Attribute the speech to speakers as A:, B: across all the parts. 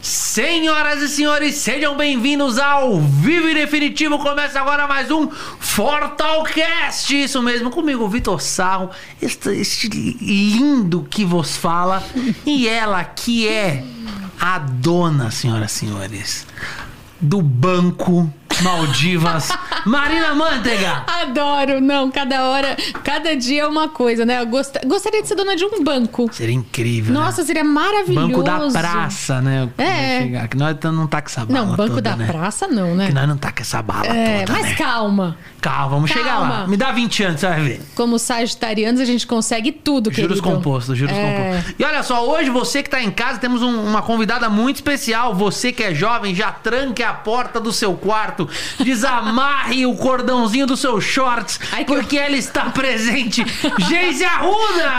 A: Senhoras e senhores, sejam bem-vindos ao vivo e definitivo. Começa agora mais um Fortalcast. Isso mesmo, comigo, Vitor Sarro, este, este lindo que vos fala. E ela que é a dona, senhoras e senhores, do Banco Maldivas, Marina Manteiga.
B: Adoro, não, cada hora, cada dia é uma coisa, né? Eu gost- gostaria de ser dona de um banco.
A: Seria incrível. né?
B: Nossa, seria maravilhoso.
A: Banco da praça, né?
B: É.
A: Chegar, Que nós não tá com essa bala
B: Não, banco
A: toda,
B: da
A: né?
B: praça não, né?
A: Que nós não tá com essa bala
B: É,
A: toda,
B: mas
A: né?
B: calma.
A: Calma, vamos chegar lá.
B: Calma.
A: Me dá 20 anos, você vai ver.
B: Como sagitarianos, a gente consegue tudo,
A: Juros
B: querido.
A: compostos, juros
B: É.
A: compostos. E olha só, hoje você que tá em casa, temos um- uma convidada muito especial. Você que é jovem, já tranque a porta do seu quarto, desamarre o cordãozinho do seu shorts,
B: Ai, que
A: porque ela está presente. Geise Arruda!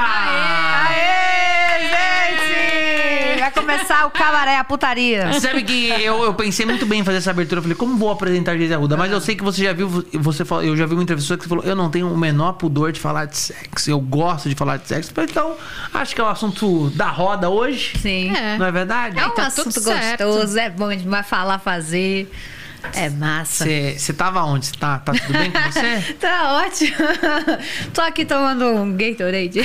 C: Aê, gente! Vai começar o cabaré, a putaria.
A: Sabe que eu, eu pensei muito bem em fazer essa abertura. Eu falei, como vou apresentar Geise Arruda? Mas eu sei que você já viu, você falou, eu já vi uma entrevista que você falou, eu não tenho o menor pudor de falar de sexo. Eu gosto de falar de sexo. Então, acho que é o assunto da roda hoje.
C: Sim.
B: É.
A: Não é verdade?
C: É um
B: Tá tudo
C: assunto
B: certo.
C: gostoso, é bom demais falar, fazer. É massa.
A: Você tava onde? Cê Tá, tá tudo bem com você?
C: Tá ótimo. Tô aqui tomando um Gatorade.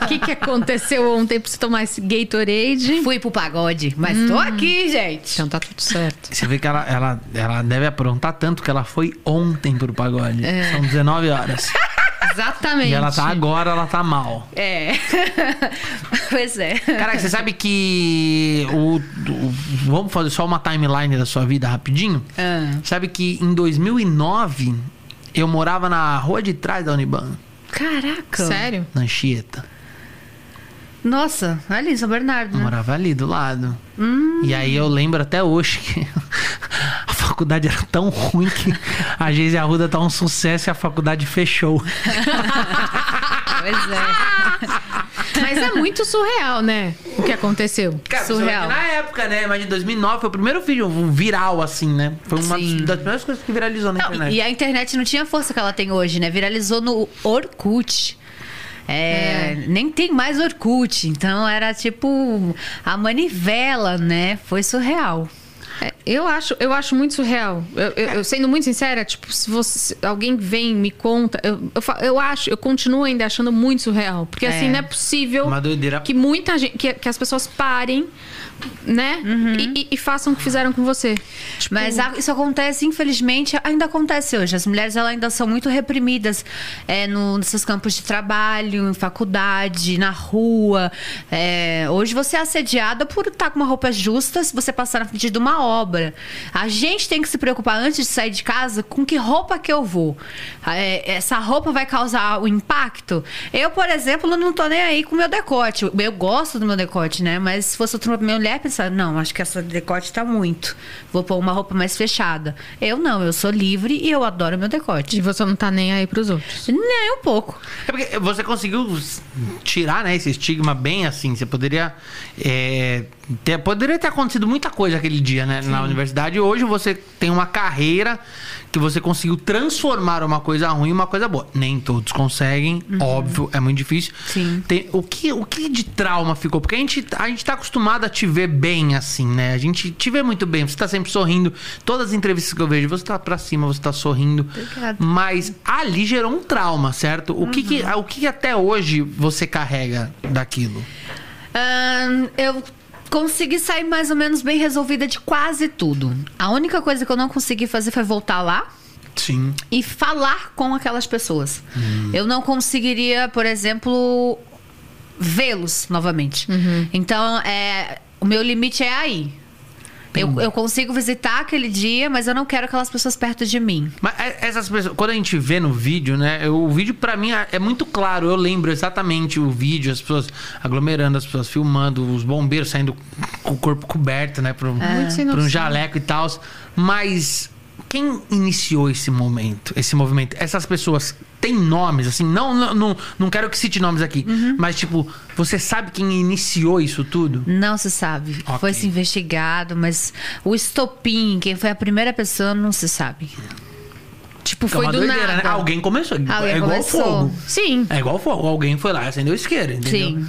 B: O que, que aconteceu ontem pra você tomar esse Gatorade?
C: Fui pro pagode, mas tô aqui, gente.
B: Então tá tudo certo.
A: Você vê que ela, ela, ela deve aprontar tanto que ela foi ontem pro pagode. São 19 horas.
B: Exatamente.
A: E ela tá agora, ela tá mal.
C: É. pois é.
A: Caraca, você sabe que. O, o- vamos fazer só uma timeline da sua vida rapidinho?
C: Ah,
A: Sabe que em 2009 eu morava na rua de trás da Uniban,
C: Caraca.
B: Sério?
A: na Anchieta.
C: Nossa, ali, em São Bernardo,
A: Eu
C: né?
A: morava ali do lado.
C: Hum.
A: E aí eu lembro até hoje que a faculdade era tão ruim que a Geise Arruda tá um sucesso e a faculdade fechou.
C: Pois é.
B: Mas é muito surreal, né? O que aconteceu.
C: Surreal.
A: na época, né? Mas de 2009 foi o primeiro vídeo viral, assim, né? Foi uma
C: Sim.
A: das primeiras coisas que viralizou na
C: Não,
A: internet.
C: e- e a internet não tinha a força que ela tem hoje, né? Viralizou no Orkut. É, Nem tem mais Orkut, então era tipo a manivela, né? Foi surreal.
B: É, Eu acho, eu acho muito surreal. Eu, eu- eu sendo muito sincera, tipo, se você- se alguém vem me conta, eu, eu, fa- eu acho, eu continuo ainda achando muito surreal, porque assim não é possível
A: Uma doideira.
B: que muita gente, que, que as pessoas parem, né, e, e- e façam o que fizeram com você. Tipo,
C: Uhum. Mas a- isso acontece, infelizmente, ainda acontece hoje. As mulheres elas ainda são muito reprimidas é, no, nos seus campos de trabalho, em faculdade, na rua. É, hoje você é assediada por estar com uma roupa justa se você passar na frente de uma obra. A gente tem que se preocupar antes de sair de casa com que roupa que eu vou. É, essa roupa vai causar o impacto? Eu, por exemplo, não tô nem aí com o meu decote. Eu gosto do meu decote, né? Mas se fosse outra mulher, pensar, não, acho que essa decote tá muito. Vou pôr uma roupa mais fechada. Eu não, eu sou livre e eu adoro meu
B: e
C: decote.
B: você não tá nem aí pros outros.
C: Nem um pouco.
A: É porque você conseguiu s- tirar né, esse estigma bem assim. Você poderia. é, ter, poderia ter acontecido muita coisa aquele dia né, na universidade. Hoje você tem uma carreira que você conseguiu transformar uma coisa ruim em uma coisa boa. Nem todos conseguem, óbvio, é muito difícil.
C: Sim.
A: Tem- o, que, o que de trauma ficou? Porque a gente, a gente tá acostumado a te ver bem assim, né? A gente te vê muito bem, você tá sempre sorrindo. Todas as entrevistas que eu vejo, você tá pra cima, você tá sorrindo.
C: Obrigada.
A: Mas ali gerou um trauma, certo? O, que, que, o que que até hoje você carrega daquilo?
C: Ahn, eu consegui sair mais ou menos bem resolvida de quase tudo. A única coisa que eu não consegui fazer foi voltar lá.
A: Sim.
C: e falar com aquelas pessoas.
A: Uhum.
C: Eu não conseguiria, por exemplo, vê-los novamente.
A: Uhum.
C: Então, é, o meu limite é aí. Eu, eu consigo visitar aquele dia, mas eu não quero aquelas pessoas perto de mim.
A: Mas é- essas pessoas, quando a gente vê no vídeo, né? eu- o vídeo pra mim é é muito claro. Eu lembro exatamente o vídeo, as pessoas aglomerando, as pessoas filmando, os bombeiros saindo com o corpo coberto, né? Pra um,
B: É. Muito sem
A: pra um
B: noção.
A: jaleco e tal. Mas quem iniciou esse momento, esse movimento? Essas pessoas têm nomes, assim, não, não, não, não quero que cite nomes aqui,
B: Uhum.
A: mas tipo, você sabe quem iniciou isso tudo?
C: Não se sabe.
A: Ok.
C: Foi se investigado, mas o estopim, quem foi a primeira pessoa, não se sabe.
B: Tipo,
A: é
B: foi
A: uma
B: do
A: doideira,
B: nada.
A: né? Alguém começou.
C: Alguém
A: é igual
C: começou.
A: fogo.
B: Sim.
A: É igual fogo. Alguém foi lá e acendeu a isqueira, entendeu?
C: Sim.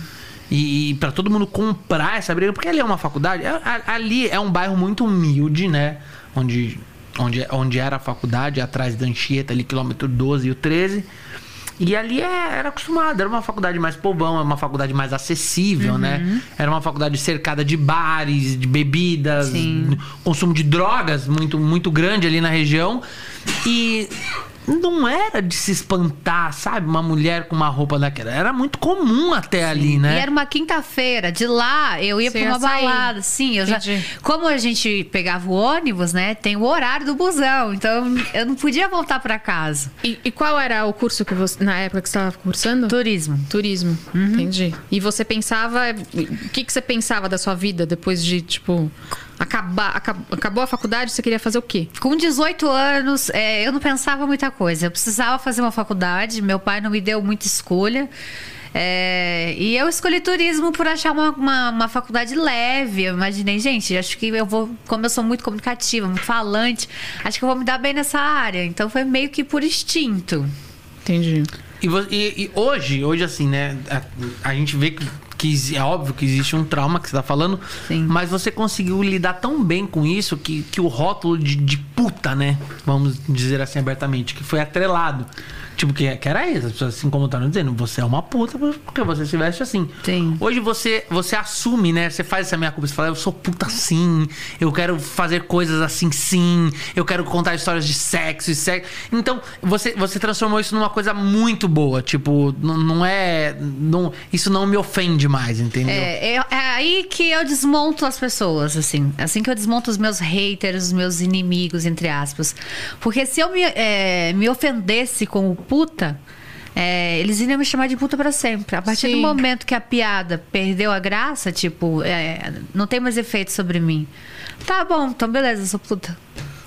A: e, e para todo mundo comprar essa briga, porque ali é uma faculdade, é- a- ali é um bairro muito humilde, né? Onde, onde, onde era a faculdade, atrás da Anchieta, ali, quilômetro 12 e o 13. E ali é- era acostumado, era uma faculdade mais povão, era uma faculdade mais acessível,
C: Uhum.
A: né? Era uma faculdade cercada de bares, de bebidas,
C: Sim.
A: consumo de drogas muito, muito grande ali na região. E não era de se espantar, sabe? Uma mulher com uma roupa daquela. Era muito comum até ali, né?
C: E era uma quinta-feira. De lá, eu ia
B: É. Você
C: pra
B: ia
C: uma
B: sair.
C: balada. Sim, eu já.
B: Entendi.
C: Como a gente pegava o ônibus, né? Tem o horário do busão. Então, eu não podia voltar pra casa.
B: E, e qual era o curso que você na época que você estava cursando?
C: Turismo.
B: Turismo, entendi. E você pensava, o que, que você pensava da sua vida depois de, tipo, acabar, acab- acabou a faculdade, você queria fazer o quê?
C: Com 18 anos, é, eu não pensava muita coisa. Eu precisava fazer uma faculdade, meu pai não me deu muita escolha. É, e eu escolhi turismo por achar uma, uma, uma faculdade leve. Eu imaginei, gente, acho que eu vou, como eu sou muito comunicativa, muito falante, acho que eu vou me dar bem nessa área. Então foi meio que por instinto.
B: Entendi.
A: E, vo- e- e hoje, hoje assim, né? A, a gente vê que, que exi- é óbvio que existe um trauma que você tá falando,
C: Sim.
A: mas você conseguiu lidar tão bem com isso que, que o rótulo de, de puta, né? Vamos dizer assim abertamente, que foi atrelado. Tipo, que, que era isso, as pessoas se incomodaram dizendo, você é uma puta porque você se veste assim.
C: Sim.
A: Hoje você, você assume, né? Você faz essa minha culpa, você fala, eu sou puta sim, eu quero fazer coisas assim sim, eu quero contar histórias de sexo e sexo. Então, você, você transformou isso numa coisa muito boa. Tipo, n- não é. não- isso não me ofende mais, entendeu?
C: É, eu- é aí que eu desmonto as pessoas, assim. É Assim que eu desmonto os meus haters, os meus inimigos, entre aspas. Porque se eu me, é, me ofendesse com o puta, é, eles iriam me chamar de puta pra sempre. A partir do
B: Sim.
C: momento que a piada perdeu a graça, tipo, é, não tem mais efeito sobre mim. Tá bom, então beleza, eu sou puta.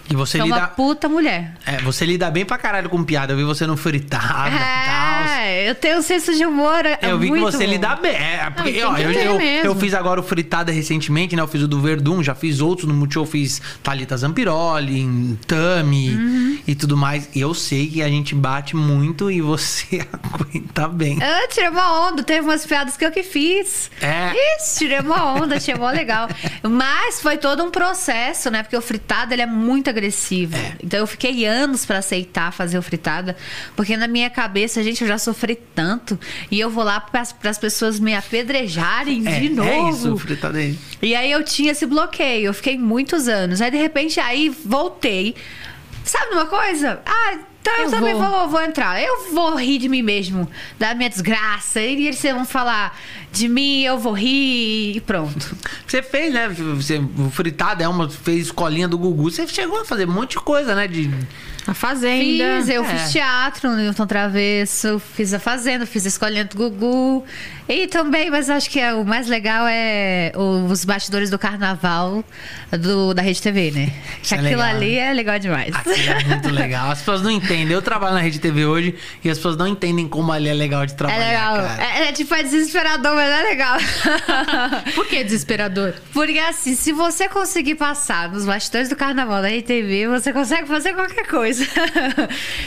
A: E você
C: sou é uma
A: lida.
C: puta mulher.
A: É, você lida bem pra caralho com piada. Eu vi você não fritada e tal.
C: É, eu tenho um senso de humor. é
A: Ah, Eu vi que
C: muito
A: você
C: bom. Ah,
A: lida bem. É, porque,
B: tem
A: ó,
B: que
A: eu,
B: ter
A: eu,
B: mesmo.
A: eu fiz agora o Fritada recentemente, né? Eu fiz o do Verdun, já fiz outros no Multishow, fiz Thalita Zampiroli, em Tami
C: Uhum.
A: e tudo mais. E eu sei que a gente bate muito e você aguenta bem.
C: Ah, tirei uma onda, teve umas piadas que eu que fiz.
A: É.
C: Isso, tirei uma onda, achei mó legal. Mas foi todo um processo, né? Porque o fritada ele é muito agressivo.
A: É.
C: Então eu fiquei anos pra aceitar fazer o fritada, porque na minha cabeça, gente, eu já sofri tanto e eu vou lá para as pessoas me apedrejarem
A: é,
C: de novo.
A: É isso, Fritada. é-
C: E aí eu tinha esse bloqueio, eu fiquei muitos anos. Aí de repente aí voltei. Sabe de uma coisa? Ah, então eu,
B: Eu
C: também
B: vou.
C: vou. Vou, entrar. Eu vou rir de mim mesmo, da minha desgraça. E eles vão falar de mim, eu vou rir e pronto.
A: Você fez, né? Você, o Fritada é uma. Fez escolinha do Gugu. Você chegou a fazer um monte de coisa, né? De,
B: A Fazenda.
C: Fiz, eu
A: É.
C: fiz teatro no Newton Travesso, fiz a Fazenda, fiz a Escolinha do Gugu. E também, mas acho que é, o mais legal é o- os bastidores do carnaval do- da Rede TV, né?
A: Isso é
C: Aquilo
A: legal,
C: ali é legal demais.
A: Aquilo é muito legal. As pessoas não entendem. Eu trabalho na Rede TV hoje e as pessoas não entendem como ali é legal de
C: É
A: trabalhar.
C: legal.
A: cara.
C: É, é, tipo, é desesperador, mas é legal.
B: Por que desesperador?
C: Porque assim, se você conseguir passar nos bastidores do carnaval da RTV, você consegue fazer qualquer coisa.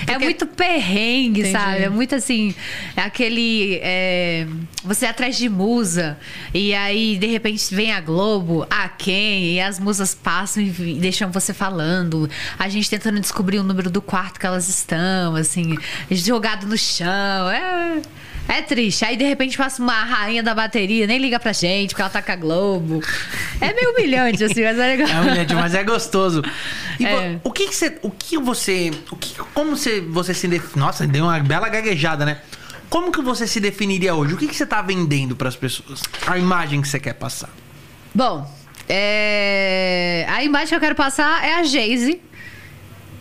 C: É muito perrengue,
B: Entendi.
C: sabe? É muito assim, é aquele. é, você é atrás de musa, e aí de repente vem a Globo, a quem, e as musas passam e vi- deixam você falando. A gente tentando descobrir o número do quarto que elas estão, assim, jogado no chão. É. É triste. Aí, de repente, passa uma rainha da bateria, nem liga pra gente, porque ela tá com a Globo. É meio humilhante, assim, mas é legal.
A: É humilhante, mas é gostoso. E vo-
C: É.
A: o que que você, o que você, o que, como você, você se define? Nossa, deu uma bela gaguejada, né? Como que você se definiria hoje? O que que você tá vendendo pras pessoas? A imagem que você quer passar?
C: Bom, é, a imagem que eu quero passar é a Geise.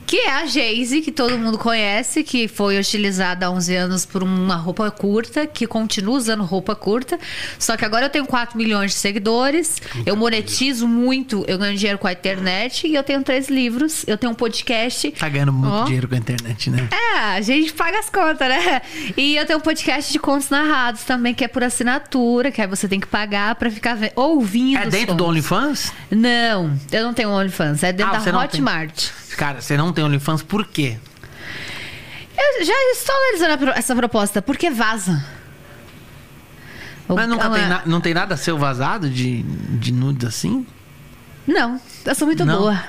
C: Que é a Geise, que todo mundo conhece, que foi utilizada há 11 anos por uma roupa curta, que continua usando roupa curta. Só que agora eu tenho 4 milhões de seguidores, eu monetizo muito, eu ganho dinheiro com a internet e eu tenho três livros, eu tenho um podcast
A: Tá ganhando muito
B: Ó.
A: dinheiro com a internet, né?
C: é, a gente paga as contas, né? E eu tenho um podcast de contos narrados também, que é por assinatura, que aí você tem que pagar pra ficar ve- ouvindo.
A: É
C: os
A: dentro do
C: contos.
A: OnlyFans?
C: Não, eu não tenho OnlyFans, é dentro
A: Ah, você
C: da
A: não tem.
C: Hotmart.
A: Cara, você não tem OnlyFans por quê?
C: Eu já estou analisando a pro- essa proposta, porque vaza.
A: Mas
C: O-
A: nunca tem
C: ela-
A: na- não tem nada seu vazado de, de nudes assim?
C: Não, eu sou muito
A: Não.
C: boa.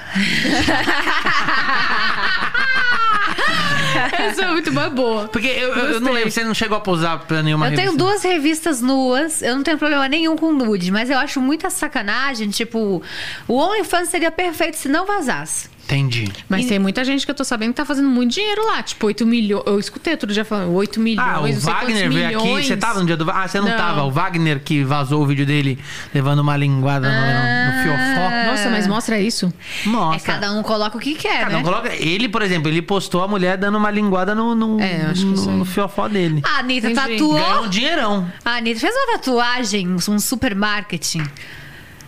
B: Essa é muito mais boa.
A: Porque eu, eu- eu não lembro, você não chegou a posar pra nenhuma
C: Eu
A: revista.
C: tenho duas revistas nuas, eu não tenho problema nenhum com nude, mas eu acho muita sacanagem, tipo, o OnlyFans seria perfeito se não vazasse.
A: Entendi.
B: Mas tem muita gente que eu tô sabendo que tá fazendo muito dinheiro lá. Tipo, 8 milhões. Eu escutei outro dia falando 8 milhões.
A: Ah, o
B: não sei quantos
A: Wagner veio aqui.
B: milhões.
A: Você tava no dia do. Va- Ah, você não,
B: Não.
A: tava. O Wagner que vazou o vídeo dele levando uma linguada no,
B: Ah.
A: no fiofó.
B: Nossa, mas mostra isso.
A: Nossa.
C: É cada um coloca o que quer,
A: Cada um
C: né?
A: coloca. Ele, por exemplo, ele postou a mulher dando uma linguada no, no,
B: É, eu acho que
A: no-
B: isso aí. Ah,
A: no fiofó dele.
C: A Anitta
B: Entendi.
A: Ganhou um
C: tatuou.
A: dinheirão.
C: A Anitta fez uma tatuagem, um supermarketing.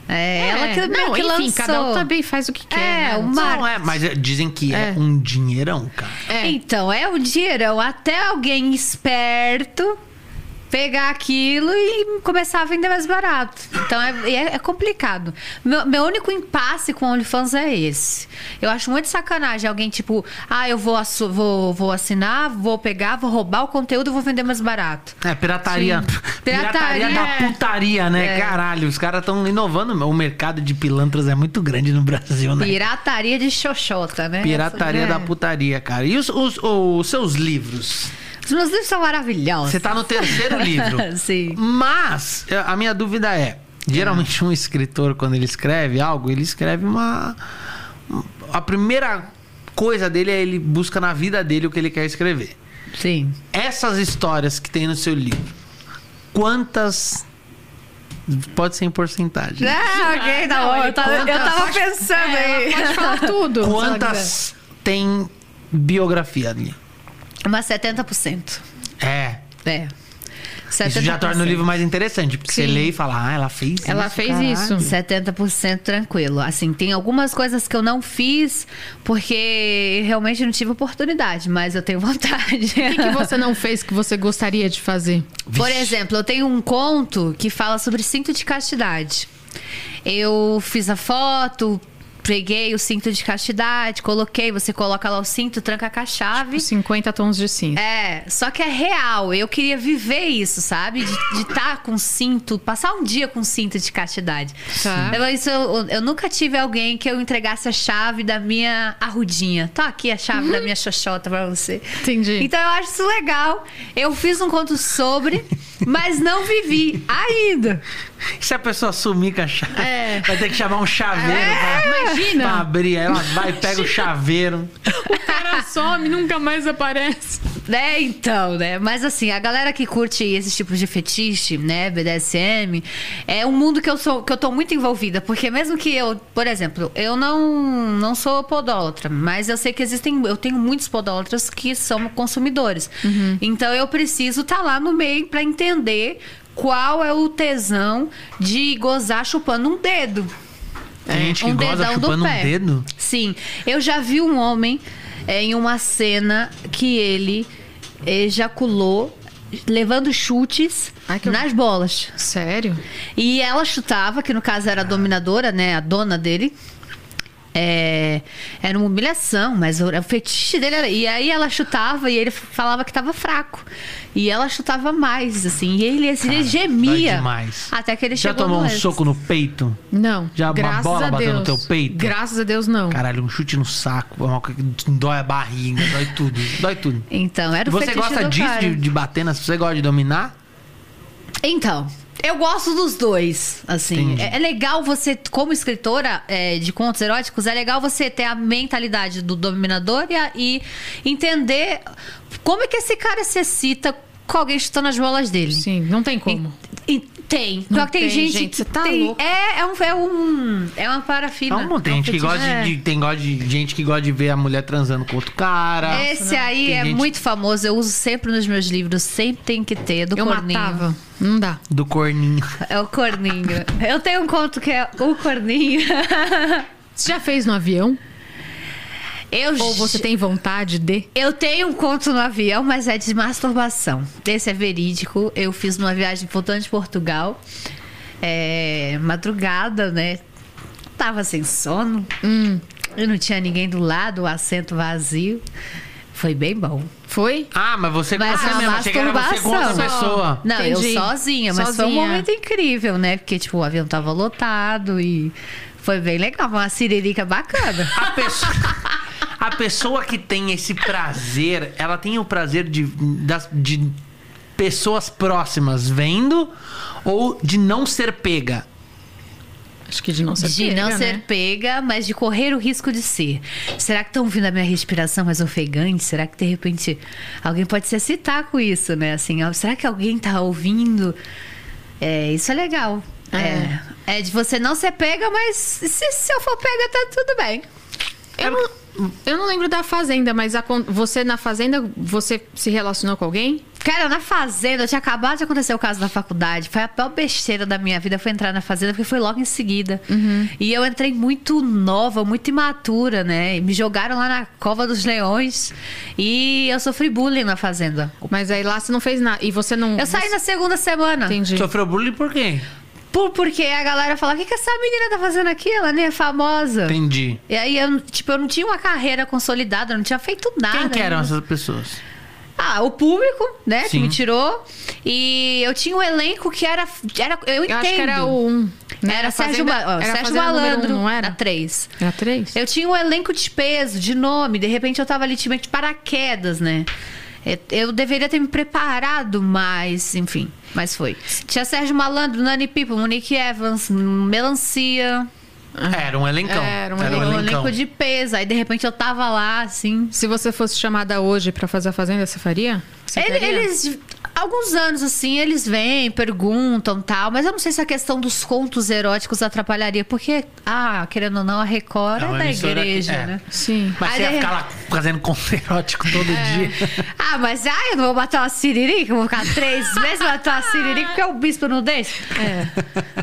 C: É, ela que, meio
B: não,
C: que
B: enfim,
C: lançou.
B: cada
A: tá
B: um também faz o que quer.
C: É,
B: né?
C: uma-
A: Não é, mas é- dizem que é.
B: É.
A: um dinheirão, cara.
B: É.
C: Então, é um dinheirão até alguém esperto pegar aquilo e começar a vender mais barato. Então, é, é- é complicado. Meu, meu único impasse com o OnlyFans é esse. Eu acho muito sacanagem alguém, tipo, ah, eu vou, assu- vou, vou assinar, vou pegar, vou roubar o conteúdo e vou vender mais barato.
A: É, pirataria. pirataria.
C: Pirataria.
A: da putaria, né?
B: É.
A: Caralho, os caras estão inovando. O mercado de pilantras é muito grande no Brasil, né?
C: Pirataria de xoxota, né?
A: Pirataria
B: É.
A: da putaria, cara. E os, os- os seus livros?
C: Os meus livros são maravilhosos.
A: Você tá no terceiro livro.
C: Sim.
A: Mas eh, a minha dúvida é: geralmente um escritor, quando ele escreve algo, ele escreve uma. um- A primeira coisa dele é ele busca na vida dele o que ele quer escrever.
C: Sim.
A: Essas histórias que tem no seu livro, quantas. Pode ser em porcentagem.
C: Ah, ok, tá bom. Eu tava, eu tava pensando
B: É,
C: aí.
B: ela pode falar tudo. se ela quiser.
A: Quantas tem biografia ali?
C: Umas 70%.
A: É.
C: É. 70%.
A: Isso já torna o livro mais interessante, porque você
C: Sim.
A: lê e fala, ah, ela fez
B: Ela
A: isso,
B: fez
A: caralho."
B: isso.
C: 70% tranquilo. Assim, tem algumas coisas que eu não fiz porque realmente não tive oportunidade, mas eu tenho vontade.
B: O que, que você não fez que você gostaria de fazer?
C: Por
A: Vixe.
C: exemplo, eu tenho um conto que fala sobre cinto de castidade. Eu fiz a foto, peguei o cinto de castidade, coloquei, você coloca lá o cinto, tranca com a chave.
B: Os 50 tons de cinza.
C: É, só que é real. Eu queria viver isso, sabe? De estar com cinto, passar um dia com cinto de castidade.
B: Tá.
C: Eu, isso, eu, eu nunca tive alguém que eu entregasse a chave da minha arrudinha. Tá aqui a chave da minha xoxota pra você.
B: É, Entendi.
C: Então eu acho isso legal. Eu fiz um conto sobre, mas não vivi ainda.
A: E se a pessoa sumir com a chave?
B: É.
A: Vai ter que chamar um chaveiro
C: É,
A: pra,
B: imagina.
A: pra abrir. Aí ela vai e pega o chaveiro.
B: O cara some, nunca mais aparece.
C: Né, então, né? Mas assim, a galera que curte esses tipos de fetiche, né, BDSM, é um mundo que eu sou que eu tô muito envolvida, porque mesmo que eu, por exemplo, eu não não sou podólatra, mas eu sei que existem, eu tenho muitos podólatras que são consumidores. Então eu preciso estar lá no meio pra entender qual é o tesão de gozar chupando um dedo.
A: Tem gente que
C: um
A: goza
C: dedão do
A: chupando um
C: pé.
A: dedo.
C: Sim, eu já vi um homem eh, em uma cena que ele ejaculou levando chutes
B: Ai, que
C: nas bolas.
B: Sério?
C: E ela chutava, que no caso era a dominadora, né, a dona dele. É, era uma humilhação, mas o, o fetiche dele era. E aí ela chutava e ele falava que tava fraco. E ela chutava mais, assim. E ele, assim, ele
A: dói
C: gemia.
A: demais.
C: Até que ele
A: Já
C: chegou
A: tomou
C: no
A: um
C: êxtase.
A: soco no peito?
B: Não.
A: Já uma
B: Graças
A: bola
B: a
A: bateu
B: Deus.
A: no teu peito?
B: Graças a Deus, não.
A: Caralho, um chute no saco. É uma coisa que dói a barriga, dói tudo. Dói tudo.
C: Então, era o
A: Você
C: fetiche
A: gosta
C: do
A: disso,
C: cara.
A: de, de bater nas Você gosta de dominar?
C: Então, eu gosto dos dois, assim.
A: Entendi.
C: É, é legal você, como escritora é, de contos eróticos, é legal você ter a mentalidade do dominador e, a- e entender como é que esse cara se excita com alguém chutando as bolas dele.
B: Sim, não tem como.
C: E, e tem.
B: Não
C: Pior que tem,
B: tem,
C: gente.
B: gente,
C: que
B: você tá
C: tem-
B: louco.
C: É, é um, é um. É uma parafina. É um
A: Não, tem gente que
C: fetiche.
A: gosta de, de- tem gosta de gente que gosta de ver a mulher transando com outro cara.
C: Esse aí
A: Tem
C: é
A: gente-
C: muito famoso, eu uso sempre nos meus livros, sempre tem que ter, do
B: Eu
C: corninho.
B: matava. Não dá.
A: Do corninho.
C: É o corninho. Eu tenho um conto que é o corninho.
B: Você já fez no avião?
C: Eu
B: Ou você tem vontade de?
C: Eu tenho um conto no avião, mas é de masturbação. Esse é verídico. Eu fiz numa viagem voltando de Portugal. É, madrugada, né? Hum, Tava sem sono. Eu não tinha ninguém do lado, o assento vazio. Foi bem bom.
B: Foi?
A: Ah, mas você
C: Mas
A: você
C: é uma
A: mesmo, achei que era você com outra
C: masturbação.
A: pessoa.
C: Não,
B: Entendi.
C: eu sozinha, mas foi um
B: Sozinha.
C: momento incrível, né? Porque, tipo, o avião tava lotado e foi bem legal. Foi uma siririca bacana.
A: A pessoa, a pessoa que tem esse prazer, ela tem o prazer de, das, de pessoas próximas vendo ou de não ser pega?
B: Acho que de não ser
C: De
B: pega,
C: não
B: né?
C: ser pega, mas de correr o risco de ser. Será que estão ouvindo a minha respiração mais ofegante? Será que de repente alguém pode se excitar com isso, né? Assim, ó, será que alguém tá ouvindo? É, isso é legal. É. é de você não ser pega, mas se, se eu for pega, tá tudo bem.
B: Eu não, eu não lembro da Fazenda, mas a con- você na Fazenda, você se relacionou com alguém?
C: Cara, na fazenda, tinha acabado de acontecer o caso da faculdade. Foi a pior besteira da minha vida foi entrar na fazenda, porque foi logo em seguida.
A: Uhum.
C: E eu entrei muito nova, muito imatura, né? E me jogaram lá na cova dos leões. E eu sofri bullying na fazenda.
B: Mas aí lá você não fez nada. E você não.
C: Eu saí
B: você-
C: na segunda semana.
B: Entendi.
A: Sofreu bullying por quê?
C: Por, porque a galera fala: o que, que essa menina tá fazendo aqui? Ela nem é famosa.
A: Entendi.
C: E aí, eu, tipo, eu não tinha uma carreira consolidada, eu não tinha feito nada.
A: Quem que eram
C: ainda.
A: essas pessoas?
C: Ah, o público, né, que
A: Sim.
C: me tirou. E eu tinha um elenco que era. era eu entendo.
B: Eu acho que era o 1. Né?
C: Era
B: A
C: Sérgio,
B: Fazenda-
C: Ma- ó,
B: era a
C: Sérgio
B: Fazenda número
C: Malandro,
B: um, não
C: na
B: era?
C: 3.
B: Era 3?
C: Eu tinha um elenco de peso, de nome, de repente eu tava ali tipo, de paraquedas, né? É, Eu deveria ter me preparado mais, enfim, mas foi. Tinha Sérgio Malandro, Nani Pipo, Monique Evans, Melancia.
A: Era um elencão.
B: Era um
A: Era
C: um
A: um
C: elenco
A: elencão.
C: de peso. Aí de repente eu tava lá, assim.
B: Se você fosse chamada hoje pra fazer a Fazenda, você faria? Você
C: Ele-
B: faria?
C: eles. Alguns anos, assim, eles vêm, perguntam tal, mas eu não sei se a questão dos contos eróticos atrapalharia, porque, ah, querendo ou não, a Record
A: É
C: é,
A: uma
C: da
A: emissora que-
C: igreja,
A: é.
C: né?
B: Sim.
A: Mas você
C: Aí,
A: ia
C: de
A: ficar lá fazendo conto erótico todo dia.
C: Ah, mas ai, eu não vou matar uma siririca, eu vou ficar três meses matar uma siririca porque o bispo não deixa.
B: É.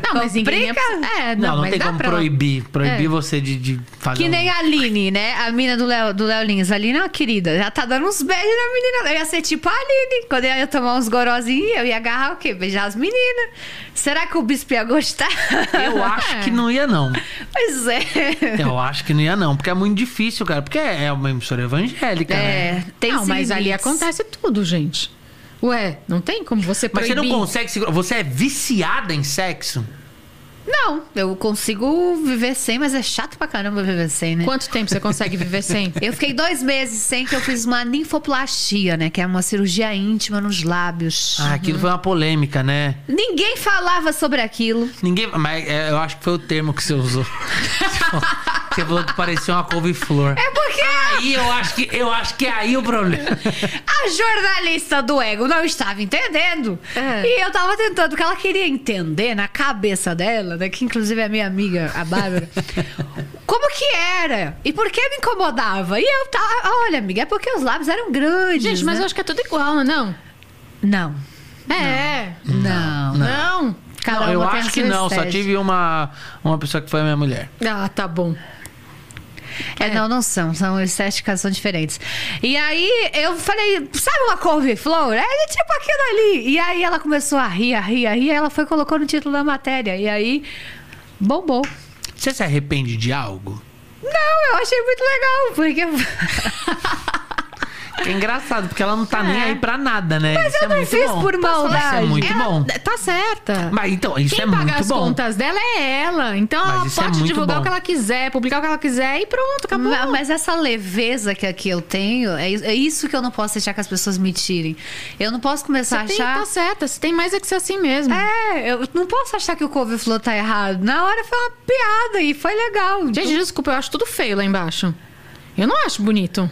B: Não, mas ninguém...
C: Complica.
B: É, não,
A: Não, não,
B: mas
A: tem
B: dá
A: como
B: pra...
A: proibir. Proibir
B: É.
A: você de, de fazer.
C: Que
A: um-
C: nem a Aline, né? A mina do Léo do Léo Lins. A Aline é uma querida. Ela tá dando uns beijos na menina. Eu ia ser tipo a Aline. Quando eu ia tomar uns gorozinhos, eu ia agarrar o quê? Beijar as meninas. Será que o bispo ia gostar?
A: Eu acho que não ia, não.
C: Pois é.
A: Eu acho que não ia, não. Porque é muito difícil, cara. Porque é uma emissora evangélica, né?
C: É, tem
B: não,
C: esses
B: mas ali
C: limites.
B: acontece tudo, gente. Ué, não tem como você
A: Mas
B: proibir.
A: você não consegue segurar. Você é viciada em sexo?
C: Não, eu consigo viver sem, mas é chato pra caramba viver sem, né?
B: Quanto tempo você consegue viver sem?
C: Eu fiquei dois meses sem que eu fiz uma ninfoplastia, né? Que é uma cirurgia íntima nos lábios.
A: Ah, aquilo foi uma polêmica, né?
C: Ninguém falava sobre aquilo.
A: Ninguém. Mas é, eu acho que foi o termo que você usou. você falou que parecia uma couve-flor.
C: É porque
A: Aí eu acho que eu acho que é aí o problema.
C: a jornalista do ego não estava entendendo.
B: É.
C: E eu tava tentando, que ela queria entender na cabeça dela, né? Que inclusive é a minha amiga, a Bárbara. como que era? E por que me incomodava? E eu tava, olha, amiga, é porque os lábios eram grandes.
B: Gente, mas
C: né?
B: eu acho que é tudo igual, não é não?
C: Não.
B: É.
C: Não.
B: Não.
C: Cada
A: eu
C: uma tem
A: acho
C: a
A: que
C: sua
A: não. é Só
C: estética.
A: tive uma, uma pessoa que foi minha mulher.
B: Ah, tá bom.
C: É, não, não são. São estéticas, são diferentes. E aí eu falei, sabe uma couve-flor? É tipo aquilo ali. E aí ela começou a rir, a rir, a rir. Ela foi e colocou no título da matéria. E aí bombou.
A: Você se arrepende de algo?
C: Não, eu achei muito legal, porque
A: Que é engraçado, porque ela não tá
B: É.
A: nem aí pra nada, né? Mas isso é
C: eu não
A: muito
C: fiz
A: bom.
C: por
A: Isso é
C: maldade.
A: muito
B: Ela-
A: bom.
B: Tá certa.
A: Mas então, isso
B: Quem
A: é
B: paga
A: muito
B: as
A: bom.
B: contas dela é ela. Então
A: Mas
B: ela
A: isso é
B: pode
A: muito
B: divulgar
A: bom.
B: o que ela quiser, publicar o que ela quiser e pronto, acabou.
C: Ma- Mas essa leveza que aqui eu tenho, é is- é isso que eu não posso deixar que as pessoas me tirem. Eu não posso começar
B: Você tem,
C: a achar.
B: tá certa. Você tem mais é que ser assim mesmo.
C: É, eu não posso achar que o couve-flor tá errado. Na hora foi uma piada e foi legal.
B: Gente, desculpa, eu acho tudo feio lá embaixo. Eu não acho bonito.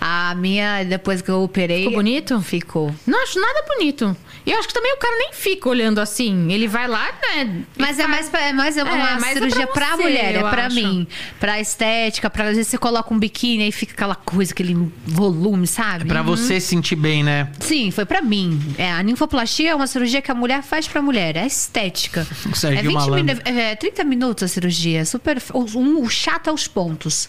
C: A minha, depois que eu operei.
B: Ficou bonito?
C: Ficou.
B: Não acho nada bonito. E eu acho que também o cara nem fica olhando assim. Ele vai lá, né?
C: Mas é mais, pra, é mais uma
B: É, mas é
C: cirurgia
B: pra
C: pra,
B: você,
C: mulher, é
B: eu
C: pra
B: acho.
C: mim. Pra estética, pra às vezes você coloca um biquíni e fica aquela coisa, aquele volume, sabe?
A: É Pra você sentir bem, né?
C: Sim, foi pra mim. É, a ninfoplastia é uma cirurgia que a mulher faz pra mulher, é estética.
A: O Sérgio
C: é, 20
A: Malandro.
C: minu- é 30 minutos a cirurgia, é super. O, um, o chato aos pontos.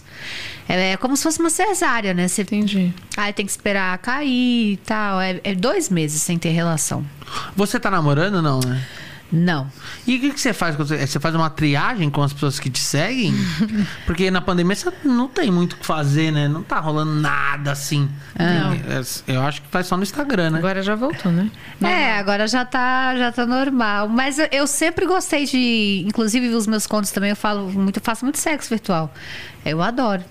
C: É, é como se fosse uma cesárea, né? Você
B: Entendi.
C: aí tem que esperar cair e tal. É, é dois meses sem ter relação.
A: Você tá namorando ou não, né?
C: Não.
A: E o que, que você faz? quando Você você faz uma triagem com as pessoas que te seguem? Porque na pandemia você não tem muito o que fazer, né? Não tá rolando nada assim. Tem- é, Eu acho que faz só no Instagram, né?
B: Agora já voltou, né?
C: É, agora já tá, já tá normal. Mas eu- eu sempre gostei de. Inclusive, os meus contos também eu falo muito, eu faço muito sexo virtual. Eu adoro.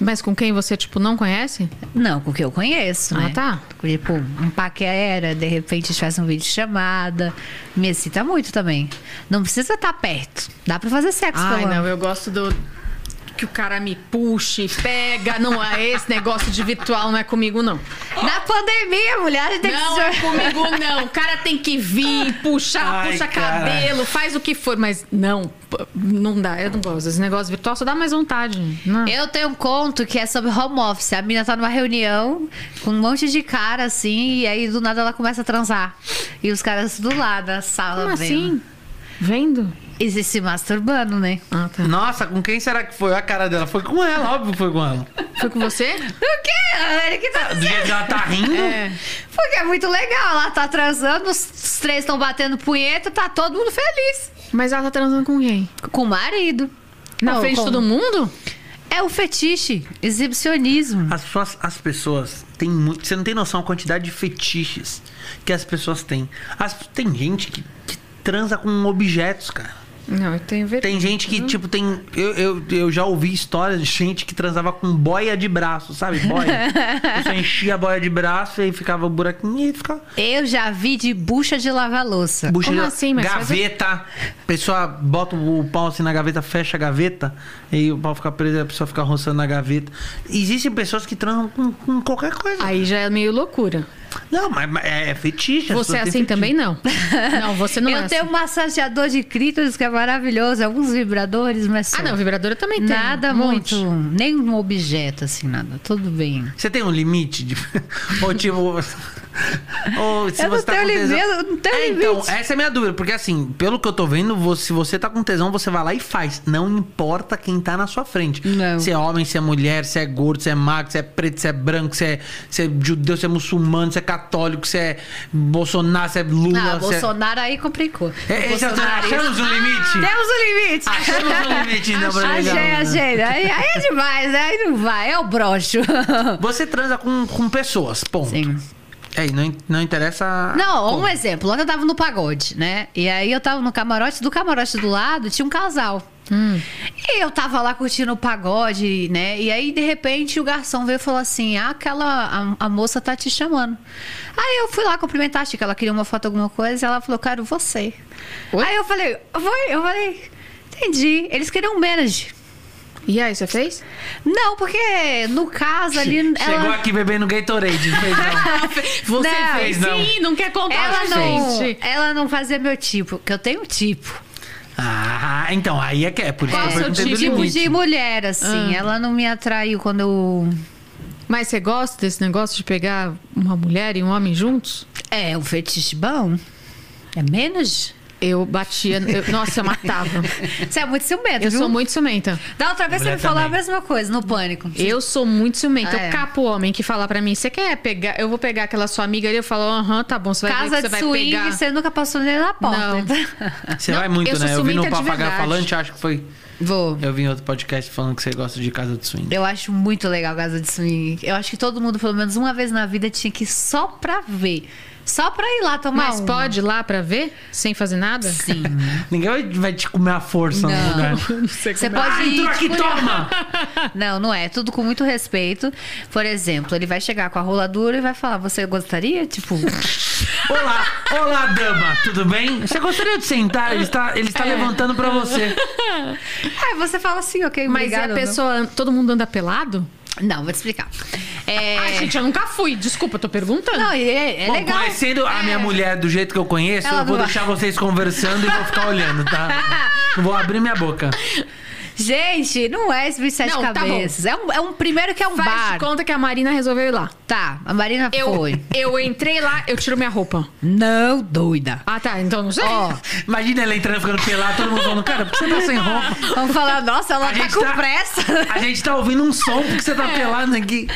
B: Mas com quem você, tipo, não conhece?
C: Não, com o que eu conheço,
B: Ah,
C: né?
B: tá.
C: Tipo, um paquera, de repente faz um vídeo de chamada. Me excita muito também. Não precisa estar perto. Dá pra fazer sexo
B: Ai,
C: pelo
B: não,
C: menos.
B: eu gosto do. Que o cara me puxe, pega. Não, é esse negócio de virtual não é comigo, não.
C: Na pandemia, mulher tem
B: Não, é
C: que se...
B: comigo não. O cara tem que vir, puxar,
A: Ai,
B: puxa
A: cara.
B: cabelo, faz o que for. Mas não, p- não dá. Eu não gosto. Esse negócio virtual só dá mais vontade. Não.
C: Eu tenho um conto que é sobre home office. A mina tá numa reunião com um monte de cara, assim, e aí do nada ela começa a transar. E os caras do lado da sala
B: Como
C: vendo.
B: assim? Vendo?
C: E se- se masturbando, né?
B: Ah, tá.
A: Nossa, com quem será que foi? Olha a cara dela. Foi com ela, óbvio que foi com ela.
B: Foi com você?
C: O quê? Ana? Que
B: Ah,
C: tá...
A: Do jeito que ela tá rindo.
B: É.
C: Porque é muito legal. Ela tá transando, os os três estão batendo punheta, tá todo mundo feliz.
B: Mas ela tá transando com quem?
C: Com o marido.
B: Na
C: Não,
B: frente
C: com-
B: de todo mundo?
C: É o fetiche, exibicionismo.
A: As, pessoas, as pessoas têm muito. Você não tem noção a quantidade de fetiches que as pessoas têm. As- tem gente que, que transa com objetos, cara.
B: Não, eu tenho vergonha.
A: Tem gente que, tipo, tem. Eu, eu, eu já ouvi histórias de gente que transava com boia de braço, sabe? Boia. A pessoa enchia a boia de braço e aí ficava o buraquinho e ficava.
B: Ah.
C: Eu já vi de bucha de lavar louça.
A: Bucha
B: Como
A: de-
B: assim? Mas faz o-
A: gaveta. A pessoa bota o pau assim na gaveta, fecha a gaveta, e o pau fica preso e a pessoa fica roçando na gaveta. Existem pessoas que transam com, com qualquer coisa.
B: Aí já é meio loucura.
A: Não, mas, mas é fetiche. as
B: Você é
A: pessoas
B: assim
A: têm
B: também? Não. Não, você não
C: eu
B: é assim.
C: tenho um massageador de clítoris que é maravilhoso, alguns vibradores, mas só.
B: Ah, não, vibradora também tem.
C: nada
B: um monte.
C: muito, nem um objeto assim, nada. Tudo bem.
A: Você tem um limite de. ou tipo. ou se
C: Eu não
A: você tá
C: tenho
A: com tesão-
C: limite, eu não tenho
A: é, então,
C: limite.
A: essa é a minha dúvida, porque assim, pelo que eu tô vendo, você- se você tá com tesão, você vai lá e faz. Não importa quem tá na sua frente.
C: Não.
A: Se é homem, se é mulher, se é gordo, se é magro, se é preto, se é branco, se é, se é judeu, se é muçulmano, se é católico, se é Bolsonaro, se é Lula.
C: Ah,
A: se é-
C: Bolsonaro aí complicou.
A: É, esse é o-
C: Bolsonaro-
A: achamos um limite?
C: Temos um limite.
B: Ah,
A: Achamos um limite, né, Brasil?
C: Achei, achei. Aí, aí é demais, né? aí não vai, é o broxo.
A: Você transa com, com pessoas, ponto.
C: Sim.
A: É, e não, in- não interessa.
C: Não, um
A: como.
C: exemplo. Ontem eu tava no pagode, né? E aí eu tava no camarote, do camarote do lado tinha um casal. E eu tava lá curtindo o pagode, né? E aí, de repente, o garçom veio e falou assim: Ah, aquela. A, a moça tá te chamando. Aí eu fui lá cumprimentar, achei que ela queria uma foto, alguma coisa, e ela falou: Quero você.
B: Oi?
C: Aí eu falei: Foi? Eu falei: Entendi. Eles queriam um manager.
B: E aí, você fez?
C: Não, porque no caso ali.
A: Chegou
C: ela...
A: aqui bebendo Gatorade, um fez não.
B: Você
C: Não,
B: fez,
A: não.
B: sim, não quer contar
C: Ela
B: pra
C: não,
B: gente.
C: ela não fazia meu tipo, que eu tenho tipo.
A: Ah, então, aí é que é. Por isso
B: Qual
A: que eu
B: é o seu
A: perguntei do
C: tipo
A: limite.
C: de mulher, assim. Ela não me atraiu quando eu.
B: Mas você gosta desse negócio de pegar uma mulher e um homem juntos?
C: É um fetiche bom. É menos?
B: Eu batia. eu- nossa, eu matava.
C: Você é muito ciumento,
B: Eu
C: viu?
B: sou muito ciumenta.
C: Da outra vez você
A: Mulher
C: me falou a
A: também.
C: mesma coisa, no pânico.
B: Eu sou muito ciumenta.
C: Ah, é.
B: Eu capo o homem que fala pra mim: você quer pegar? Eu vou pegar aquela sua amiga ali. Eu falo: aham, tá bom, você vai ver
C: Casa
B: que você é
C: de
B: vai
C: swing,
B: pegar.
C: você nunca passou nem na porta.
B: Não.
A: Você
B: Não,
A: vai muito,
B: eu sou
A: né? Eu vi no
B: ciumenta de
A: Papagaio
B: verdade.
A: Falante, acho que foi.
C: Vou.
A: Eu vi em outro podcast falando que você gosta de casa de swing.
C: Eu acho muito legal casa de swing. Eu acho que todo mundo, pelo menos uma vez na vida, tinha que ir só pra ver. Só pra ir lá tomar um.
B: Mas
C: uma.
B: pode ir lá pra ver? Sem fazer nada? Sim.
A: Ninguém vai, vai te comer a força no
C: Não.
A: lugar.
C: Você pode
A: Ah,
C: ir.
A: entrou aqui,
C: tipo,
A: toma!
C: Não, não é. Tudo com muito respeito. Por exemplo, ele vai chegar com a roladura e vai falar: Você gostaria? Tipo,
A: Olá, olá, dama, tudo bem? Você gostaria de sentar? Ele está, ele
C: É.
A: está levantando pra você.
C: aí você fala assim, ok,
B: Mas
C: obrigada,
B: e a
C: não.
B: pessoa. Todo mundo anda pelado?
C: Não, vou te explicar. É.
B: Ai, Ah, gente, eu nunca fui. Desculpa, eu tô perguntando.
C: Não, é, é
A: Bom,
C: legal.
A: conhecendo a
C: É.
A: minha mulher do jeito que eu conheço,
C: Ela
A: eu vou
C: não vai.
A: deixar vocês conversando e vou ficar olhando, tá? Não Vou abrir minha boca.
C: Gente, não é esse 27
B: Não, tá bom.
C: cabeças. é, um, é um primeiro que é um
B: Faz
C: bar.
B: de conta que a Marina resolveu ir lá.
C: Tá, a Marina
B: Eu,
C: foi.
B: eu entrei lá, eu tiro minha roupa.
C: Não, doida.
B: Ah, tá. Então não sei.
C: Ó,
A: Imagina ela entrando, ficando pelada, todo mundo falando, cara, por que você tá sem roupa?
C: vamos falar, nossa, ela
A: A
C: tá
A: gente
C: com
A: tá-
C: pressa. É.
A: A gente tá ouvindo um som porque você tá pelado aqui.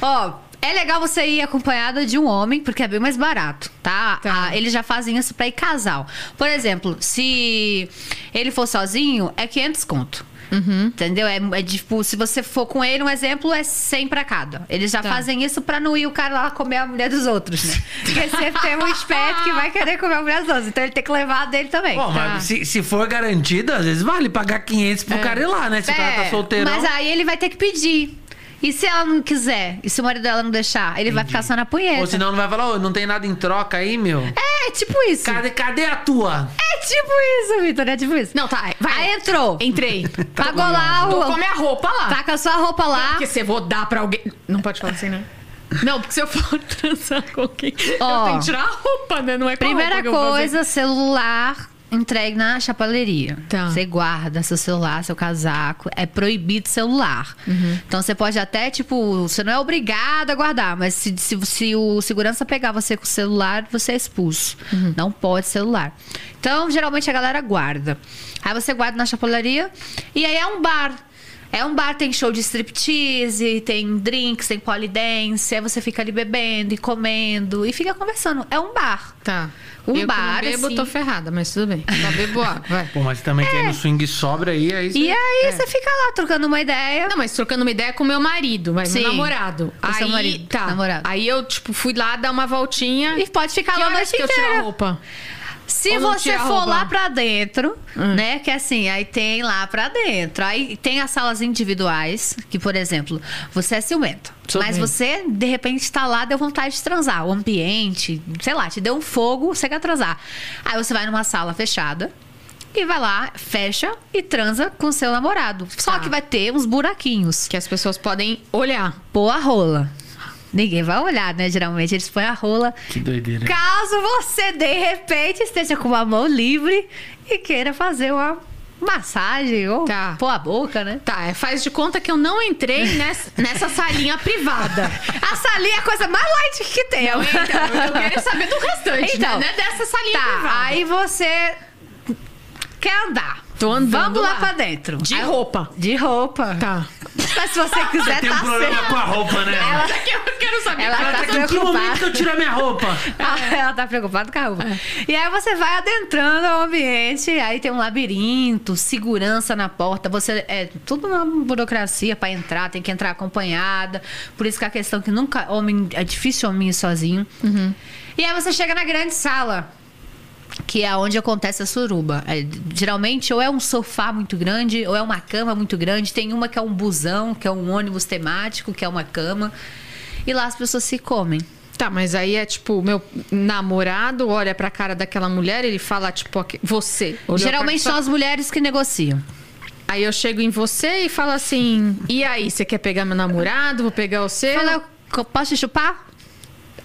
C: Ó, É legal você ir acompanhada de um homem, porque é bem mais barato, tá?
B: Tá.
C: Ah, eles já fazem isso pra ir casal. Por exemplo, se ele for sozinho, é 500 conto.
B: Uhum.
C: Entendeu? É, é tipo, se você for com ele, um exemplo é 100 pra cada. Eles já
B: Tá.
C: fazem isso pra não ir o cara lá comer a mulher dos outros, né? Porque sempre tem um esperto que vai querer comer a mulher dos outros. Então ele tem que levar a dele também.
A: Bom,
B: Tá.
A: mas se, se for garantido, às vezes vale pagar 500 pro cara ir lá, né? Se o cara tá
B: É,
A: solteirão.
C: É. Mas aí ele vai ter que pedir. E se ela não quiser? E se o marido dela não deixar? Ele vai ficar só na punheta.
A: Ou senão não vai falar, ô, não tem nada em troca aí, meu.
C: É tipo isso.
A: Cadê, cadê a tua?
C: É tipo isso, Vitor. É tipo isso.
D: Não, tá. Vai.
C: Aí entrou.
D: Entrei.
C: Pagou lá
D: Vou
C: o.
D: comer a roupa lá.
C: Tá com a sua roupa lá.
D: Porque se eu vou dar pra alguém. Não pode falar assim, né? Não, porque se eu for transar com alguém,
C: Ó.
D: eu tenho que tirar a roupa, né? Não é com a
C: Primeira
D: roupa que eu vou fazer.
C: coisa, celular entregue na chapeleria.
D: Tá.
C: Você guarda seu celular, seu casaco. É proibido celular.
D: Uhum.
C: Então você pode até, tipo, você não é obrigado a guardar, mas se, se, se o segurança pegar você com o celular, você é expulso.
D: Uhum.
C: Não pode celular. Então, geralmente a galera guarda. Aí você guarda na chapeleria e aí é um bar. É um bar, tem show de striptease, tem drinks, tem polidense, aí você fica ali bebendo e comendo e fica conversando. É um bar.
B: Tá.
C: Um
B: eu que
C: bar,
B: não bebo,
C: assim. Tá,
B: tô ferrada, mas tudo bem. Só bebo água, vai.
A: Pô, mas também quem no swing sobra aí, é aí
C: É. E
A: cê-
B: É.
C: aí você fica lá trocando uma ideia.
B: Não, mas trocando uma ideia com meu marido, vai,
C: Sim.
B: meu namorado.
C: O
B: aí,
C: seu marido,
B: tá.
C: namorado.
B: Aí eu, tipo, fui lá dar uma voltinha.
C: E pode ficar
B: que
C: lá a
B: horas
C: noite
B: que eu tiro a
C: inteira.
B: roupa?
C: Se
B: Ou não
C: você
B: tira a
C: for
B: roupa?
C: lá pra dentro,
B: Hum.
C: né? Que assim, aí tem lá pra dentro. Aí tem as salas individuais, que, por exemplo, você é ciumento.
B: Sou
C: mas
B: bem.
C: você, de repente, tá lá, deu vontade de transar. O ambiente, sei lá, te deu um fogo, você quer transar. Aí você vai numa sala fechada. E vai lá, fecha e transa com seu namorado. Só
B: Tá.
C: que vai ter uns buraquinhos.
B: Que as pessoas podem olhar.
C: Pô a rola. Ninguém vai olhar, né? Geralmente eles põem a rola.
A: Que doideira.
C: Caso você, de repente, esteja com uma mão livre e queira fazer uma massagem ou
B: Tá.
C: pôr a boca, né?
B: Tá, é, faz de conta que eu não entrei nessa, nessa salinha privada.
C: A salinha é a coisa mais light que tem.
B: Então, eu quero saber do restante,
C: Então,
B: né? Não é dessa salinha privada.
C: Tá, aí você quer andar.
B: Tô andando
C: Vamos lá,
B: lá.
C: pra dentro.
B: De
C: Aí-
B: roupa.
C: De roupa.
B: Tá.
C: Mas se você quiser,
A: Tem um
C: tá
A: problema
C: certo.
A: com a roupa, né?
C: Ela-
B: Eu quero saber.
C: Ela
A: Ela
C: tá
A: tá em que
C: preocupada.
A: momento que eu tiro a minha roupa?
C: Ah, Ela tá preocupada com a roupa. E aí você vai adentrando o ambiente, aí tem um labirinto, segurança na porta, você é tudo uma burocracia pra entrar, tem que entrar acompanhada. Por isso que a questão que nunca homem é difícil homem ir sozinho. E aí você chega na grande sala. Que é onde acontece a suruba. É, geralmente, ou é um sofá muito grande, ou é uma cama muito grande. Tem uma que é um busão, que é um ônibus temático, que é uma cama. E lá as pessoas se comem.
B: Tá, mas aí é tipo, meu namorado olha pra cara daquela mulher, ele fala, tipo, ok, você. Olhou
C: Geralmente
B: pra-
C: são as mulheres que negociam.
B: Aí eu chego em você e falo assim: e aí, você quer pegar meu namorado? Vou pegar o seu?
C: Fala, "Eu posso te chupar?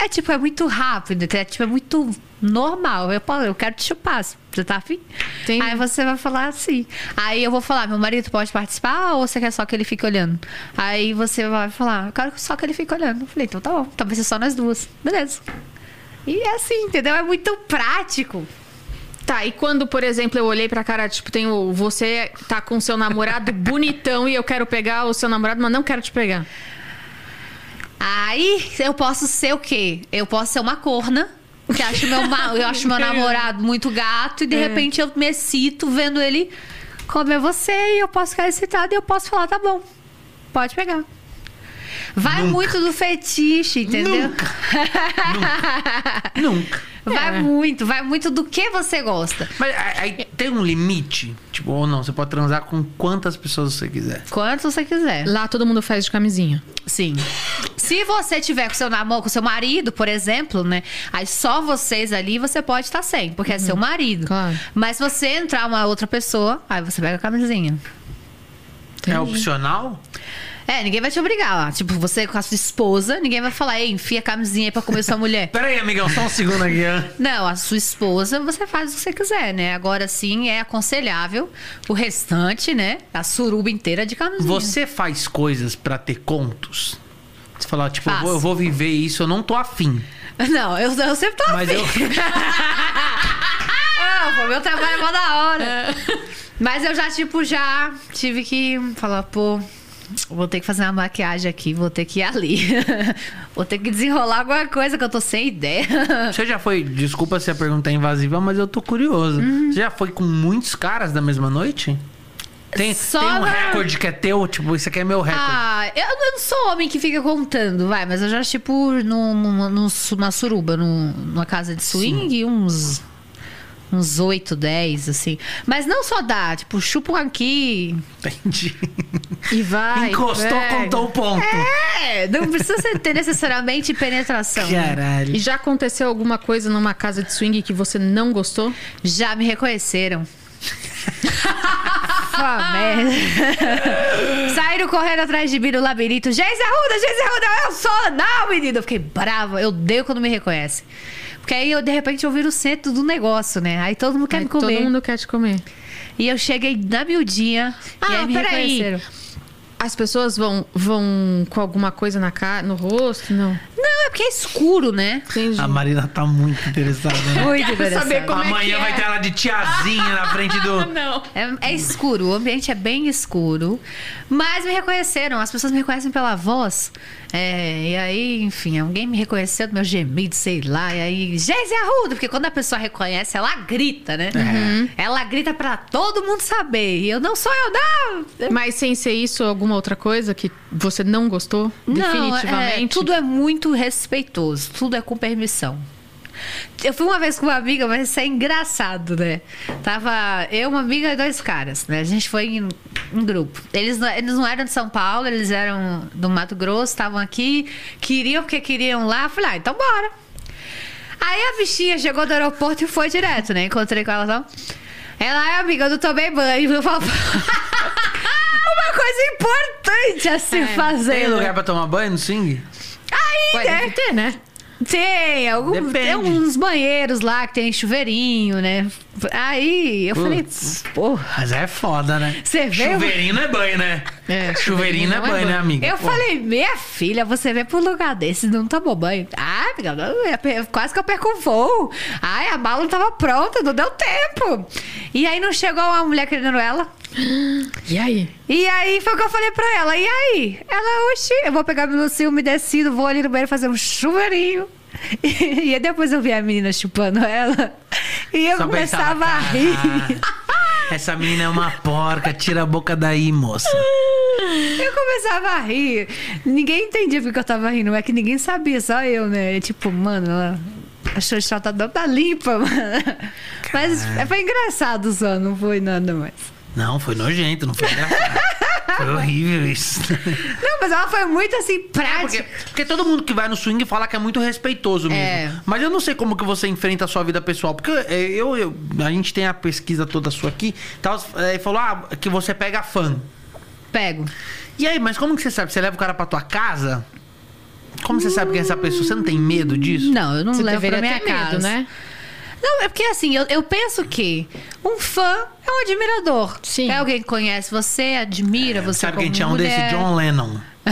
C: É tipo, é muito rápido, é tipo, é muito normal. Eu, falo, eu quero te chupar, se você tá afim?
B: Entendi.
C: Aí você vai falar assim. Aí eu vou falar, meu marido pode participar ou você quer só que ele fique olhando? Aí você vai falar, eu quero só que ele fique olhando. Eu falei, então tá bom, então vai ser só nós duas. Beleza. E é assim, entendeu? É muito prático.
B: Tá, e quando, por exemplo, eu olhei pra cara, tipo, tem o. Você tá com seu namorado bonitão e eu quero pegar o seu namorado, mas não quero te pegar.
C: Aí eu posso ser o quê? Eu posso ser uma corna. Que acho meu, ma- eu acho meu namorado muito gato e de repente eu me excito vendo ele comer você e eu posso ficar excitada e eu posso falar, tá bom, pode pegar. Vai muito do fetiche, entendeu?
A: Nunca.
C: Vai muito, vai muito do que você gosta.
A: Mas a- aí tem um limite? Tipo, ou não, você pode transar com quantas pessoas você quiser.
C: Quanto você quiser.
B: Lá todo mundo faz de camisinha.
C: Sim. Se você tiver com seu namoro, com seu marido, por exemplo, né? Aí só vocês ali você pode estar sem, porque é seu
A: Uhum.
C: marido.
B: Claro.
C: Mas se você entrar uma outra pessoa, aí você pega a camisinha.
A: É opcional?
C: É, ninguém vai te obrigar lá. Tipo, você com a sua esposa, ninguém vai falar, ei, enfia a camisinha aí pra comer sua mulher.
A: Pera aí, amigão, só um segundo aqui. ó.
C: Não, a sua esposa, você faz o que você quiser, né? Agora sim é aconselhável o restante, né? A suruba inteira de camisinha.
A: Você faz coisas pra ter contos? Você falar, tipo, eu
C: Faço.
A: vou, eu vou viver isso, eu não tô afim.
C: Não, eu, eu sempre tô assim.
A: Mas
C: afim.
A: eu.
C: Ah, pô, meu trabalho é mó da hora. Mas eu já, tipo, já tive que falar, pô, vou ter que fazer uma maquiagem aqui, vou ter que ir ali. vou ter que desenrolar alguma coisa que eu tô sem ideia.
A: Você já foi, desculpa se a pergunta é invasiva, mas eu tô curioso. Você já foi com muitos caras da mesma noite? Tem,
C: Só
A: tem um
C: na-
A: recorde que é teu, tipo, isso aqui é meu recorde.
C: Ah, eu não sou homem que fica contando, vai, mas eu já, tipo, num- numa, num su- numa suruba, num- numa casa de swing, uns. Uns 8, 10, assim. Mas não só dá, tipo, chupa um aqui.
A: Entendi.
B: E vai.
A: Encostou,
B: pega.
A: contou o ponto.
C: É, não precisa ser- ter necessariamente penetração. né?
A: Caralho.
B: E já aconteceu alguma coisa numa casa de swing que você não gostou?
C: Já me reconheceram. Fá, merda. Saíram correndo atrás de mim no labirinto. Geise Arruda, Geise Arruda, eu sou! Não, menino! Eu fiquei brava, eu odeio quando me reconhecem. Porque aí eu, de repente, eu viro o centro do negócio, né? Aí todo mundo quer
B: Aí
C: me comer.
B: Todo mundo quer te comer.
C: E eu cheguei na miudinha e
B: Ah,
C: aí me
B: peraí.
C: reconheceram.
B: As pessoas vão, vão com alguma coisa na cara, no rosto? Não.
C: Não, é porque é escuro, né?
B: Entendi.
A: A Marina tá muito interessada. Né?
C: Muito
D: saber
C: interessante.
D: como é que
A: Amanhã
D: é?
A: vai ter ela de tiazinha na frente do.
D: Ah, não.
C: É, é escuro, o ambiente é bem escuro. Mas me reconheceram, as pessoas me reconhecem pela voz. É, e aí, enfim, alguém me reconheceu do meu gemido, sei lá. E aí, Geise Arruda, porque quando a pessoa reconhece, ela grita, né? Ela grita pra todo mundo saber. E eu não sou eu, não!
B: Mas sem ser isso, alguma outra coisa que você não gostou?
C: Não,
B: definitivamente?
C: é, tudo é muito respeitoso, tudo é com permissão. Eu fui uma vez com uma amiga, mas isso é engraçado, né? Tava eu, uma amiga e dois caras, né? A gente foi em, em grupo. Eles, não- eles não eram de São Paulo, eles eram do Mato Grosso, estavam aqui, queriam porque queriam lá. Eu Falei, ah, então bora. Aí a bichinha chegou do aeroporto e foi direto, né? Encontrei com ela lá. Ela é amiga, eu não tomei banho. Eu falo, uma coisa importante a se fazer.
A: É, Tem
C: né?
A: lugar pra tomar banho no swing?
C: Aí,
B: Ué,
C: né?
B: deve ter, né?
C: Tem, algum,
A: é. Depende.
C: tem uns banheiros lá que tem chuveirinho, né? Aí
A: Hum.
C: eu falei,
A: Putz.
C: porra.
A: Mas é foda, né?
C: Você vê?
A: Chuveirinho não é banho, né?
B: É,
A: Chuveirinho não é banho, né, amiga?
C: Eu
A: Pô.
C: falei, minha filha, você vem pra um lugar desse não tomou banho. Ah, amiga, não, eu per- quase que eu perco o voo. Ai, a mala não tava pronta, não deu tempo. E aí não chegou uma mulher querendo ela.
B: E aí?
C: E aí foi o que eu falei pra ela. E aí? Ela, oxi, eu vou pegar meu lucinho umedecido, vou ali no banheiro fazer um chuveirinho. E, aí depois eu vi a menina chupando ela. E eu
A: Só
C: começava
A: pensava,
C: a rir.
A: "Caralho, Essa menina é uma porca, tira a boca daí, moça.
C: Eu começava a rir. Ninguém entendia porque eu tava rindo. É que ninguém sabia, só eu, né? Tipo, mano, ela... A xoxota tá, tá limpa, mano. Mas foi engraçado só, não foi nada mais.
A: Não, foi nojento, não foi engraçado. Foi horrível isso.
C: Não, mas ela foi muito assim,
A: Porque,
C: prática.
A: porque todo mundo que vai no swing fala que é muito respeitoso mesmo.
C: É.
A: Mas eu não sei como que você enfrenta a sua vida pessoal. Porque é, eu, eu- a gente tem a pesquisa toda sua aqui. Tal, é, falou ah, que você pega fã.
C: Pego.
A: E aí, mas como que você sabe? Você leva o cara pra tua casa? Como você sabe quem é essa pessoa? Você não tem medo disso?
C: Não, eu não
B: Você
C: levo pra
B: deveria
C: minha
B: ter
C: casa.
B: medo, né?
C: Não, é porque assim, eu, eu penso que um fã é um admirador.
B: Sim.
C: É alguém que conhece você, admira você
A: sabe
C: como
A: quem tinha um
C: mulher.
A: desse? John Lennon.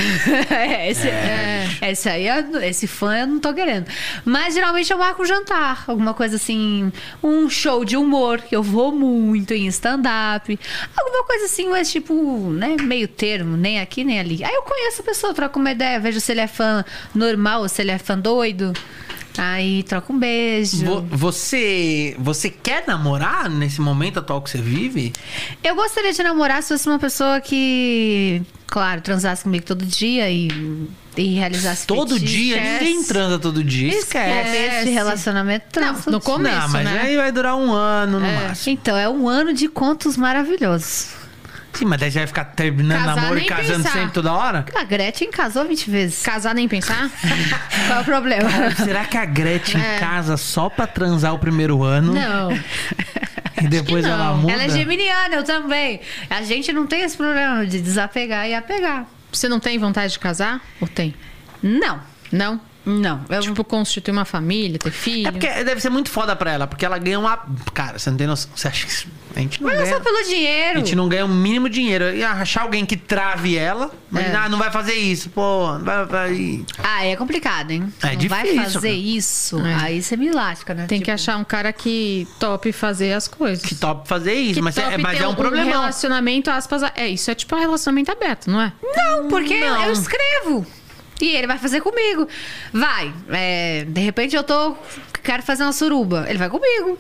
C: é, esse, é, esse aí, eu- esse fã eu não tô querendo. Mas geralmente eu marco um jantar, alguma coisa assim, um show de humor, que eu vou muito em stand-up. Alguma coisa assim, mas tipo, né, meio termo, nem aqui nem ali. Aí eu conheço a pessoa, troco uma ideia, vejo se ele é fã normal ou se ele é fã doido. Aí troco um beijo.
A: Vo- você, você quer namorar nesse momento atual que você vive?
C: Eu gostaria de namorar se fosse uma pessoa que, claro, transasse comigo todo dia e, e realizasse
A: Todo
C: fetiches.
A: dia, ninguém transa todo dia.
C: Esquece. é Esse é relacionamento transa.
B: no
C: todo dia.
B: começo,
A: não, mas
B: né?
A: aí vai durar um ano no máximo.
C: Então, é um ano de contos maravilhosos.
A: Sim, mas daí você vai ficar terminando
B: Casar,
A: namoro e
B: nem
A: casando
B: pensar.
A: sempre toda hora?
C: A Gretchen casou 20 vezes.
B: Casar nem pensar?
C: Qual é o problema?
A: Será que a Gretchen casa só pra transar o primeiro ano
B: Não.
A: e depois
B: não.
A: ela muda?
C: Ela é geminiana, eu também. A gente não tem esse problema de desapegar e apegar.
B: Você não tem vontade de casar? Ou tem?
C: Não,
B: Não?
C: não. Eu
B: Tipo, constituir uma família, ter filho?
A: É porque deve ser muito foda pra ela, porque ela ganha uma. Cara, você não tem noção. Você acha que. isso- A gente não
C: Olha
A: ganha.
C: só pelo
A: A
C: dinheiro.
A: gente não ganha o mínimo dinheiro. E achar alguém que trave ela, mas
C: É.
A: ah, não vai fazer isso, pô. não Vai, vai.
C: Ah, é complicado, hein?
A: É
C: não vai
A: difícil,
C: fazer
A: cara.
C: isso.
B: É.
C: Aí você me lasca, né?
B: Tem que
C: Tipo,
B: achar um cara que top fazer as coisas.
A: Que top fazer isso,
B: Que
A: mas, é-
B: top
A: é, mas
B: ter
A: é um, problemão.
B: relacionamento, aspas, a- é isso, é tipo um relacionamento aberto, não é?
C: Não, porque eu escrevo. E ele vai fazer comigo. Vai. é, de repente eu tô. Quero fazer uma suruba. Ele vai comigo.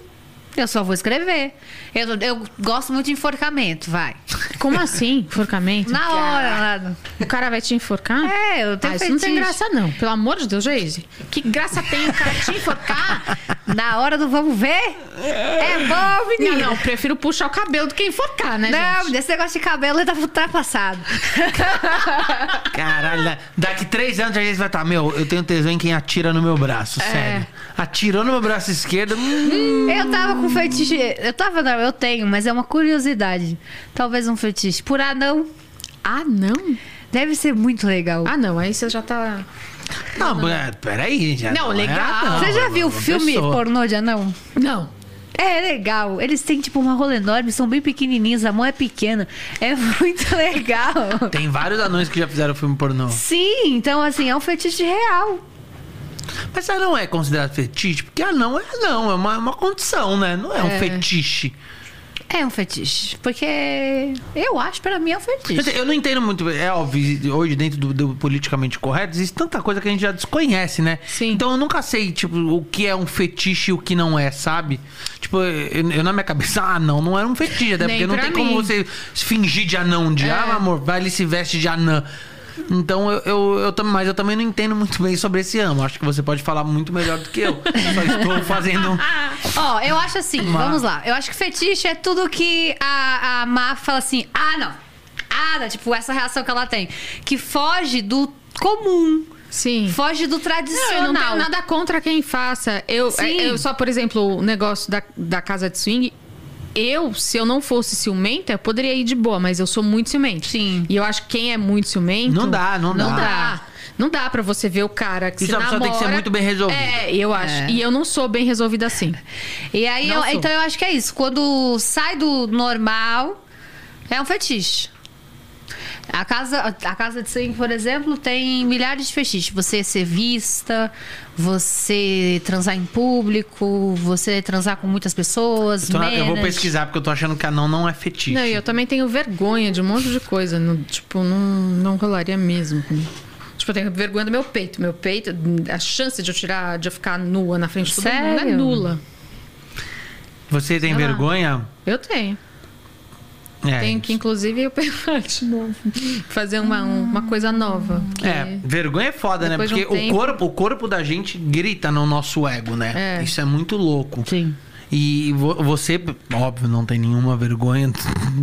C: Eu só vou escrever. Eu, eu gosto muito de enforcamento, vai.
B: Como assim? Enforcamento?
C: Na hora, lá no-
B: O cara vai te enforcar?
C: É, eu tenho
B: ah, isso
C: feito
B: não tem
C: isso.
B: graça, não. Pelo amor de Deus, Geise. Que graça tem o cara te enforcar?
C: Na hora do vamos ver. É bom, menino.
B: Não, não, prefiro puxar o cabelo do que enforcar, né,
C: Não,
B: gente?
C: esse negócio de cabelo tá ultrapassado.
A: Caralho, da- daqui três anos a gente vai estar. Meu, eu tenho tesão em quem atira no meu braço, sério. Atirou no meu braço esquerdo. hum,
C: Eu tava com fetiche. Eu tava, não, eu tenho, mas é uma curiosidade. Talvez um fetiche. Por anão,
B: Ah, não?
C: deve ser muito legal.
B: Ah, não, aí você já tá...
A: não, é, peraí. Já
B: Não,
A: é
B: legal.
A: anão,
C: Você já
A: é
C: viu
A: uma
C: filme
A: pessoa.
C: pornô de anão?
B: Não.
C: É legal. Eles têm tipo uma rola enorme, são bem pequenininhos, a mão é pequena. É muito legal.
A: Tem vários anões que já fizeram filme pornô.
C: Sim, então assim, é um fetiche real.
A: Mas anão é considerado fetiche? Porque anão é anão, é uma, é uma condição, né? Não é, um fetiche.
C: É um fetiche. Porque eu acho, pra mim, é um
A: Quer dizer,
C: fetiche.
A: Eu não entendo muito. É óbvio, hoje dentro do, do politicamente correto, existe tanta coisa que a gente já desconhece, né?
B: Sim.
A: Então eu nunca sei, tipo, o que é um fetiche e o que não é, sabe? Tipo, eu, eu na minha cabeça, ah, não, não era um fetiche, até
B: Nem
A: porque não
B: pra
A: tem
B: mim. É.
A: como você se fingir de anão, de ah, amor, vai, ele se veste de anã. Então, eu, eu, eu tam- mas eu também não entendo muito bem sobre esse amo. Acho que você pode falar muito melhor do que eu. Só estou fazendo um-
B: Ah.
C: Ó, eu acho assim,
A: Uma-
C: vamos lá. Eu acho que fetiche é tudo que a, a Má fala assim, ah, não. Ah, não. Tipo, essa reação que ela tem. Que foge do comum.
B: Sim.
C: Foge do
B: Não, eu não
C: tradicional.
B: tenho nada contra quem faça. Eu, é,
C: Sim.
B: eu só, por exemplo, o negócio da, da casa de swing. Eu, se eu não fosse ciumenta, eu poderia ir de boa, mas eu sou muito ciumenta.
C: Sim.
B: E eu acho que quem é muito ciumento.
A: Não dá, não
B: Não
A: dá.
B: dá. Não dá pra você ver o cara que
A: Isso
B: se
A: a pessoa
B: namora.
A: tem que ser muito bem resolvida.
B: É, eu acho.
C: É.
B: E eu não sou bem resolvida assim.
C: E aí,
B: Não
C: eu-
B: sou.
C: então eu acho que é isso. Quando sai do normal, é um fetiche. A casa, a casa de swing, por exemplo, tem milhares de fetiches. Você ser vista, você transar em público, você transar com muitas pessoas.
A: Então, eu vou
C: manage.
A: pesquisar, porque eu tô achando que anão não é fetiche.
B: Não, e eu também tenho vergonha de um monte de coisa. Não- tipo, não, não rolaria mesmo. Tipo, eu tenho vergonha do meu peito. Meu peito, a chance de eu tirar, de eu ficar nua na frente de todo mundo é
C: Sério?
B: nula.
A: Você tem
B: lá.
A: vergonha?
B: Eu tenho.
A: É.
B: Tenho que, inclusive, eu pensar de novo. Fazer uma, um- uma coisa nova. que-
A: É, vergonha é foda, né?
B: Depois de
A: Porque
B: um
A: o,
B: tempo-
A: corpo, o corpo da gente grita no nosso ego, né?
B: É.
A: Isso é muito louco.
C: Sim.
A: E vo- você, óbvio, não tem nenhuma vergonha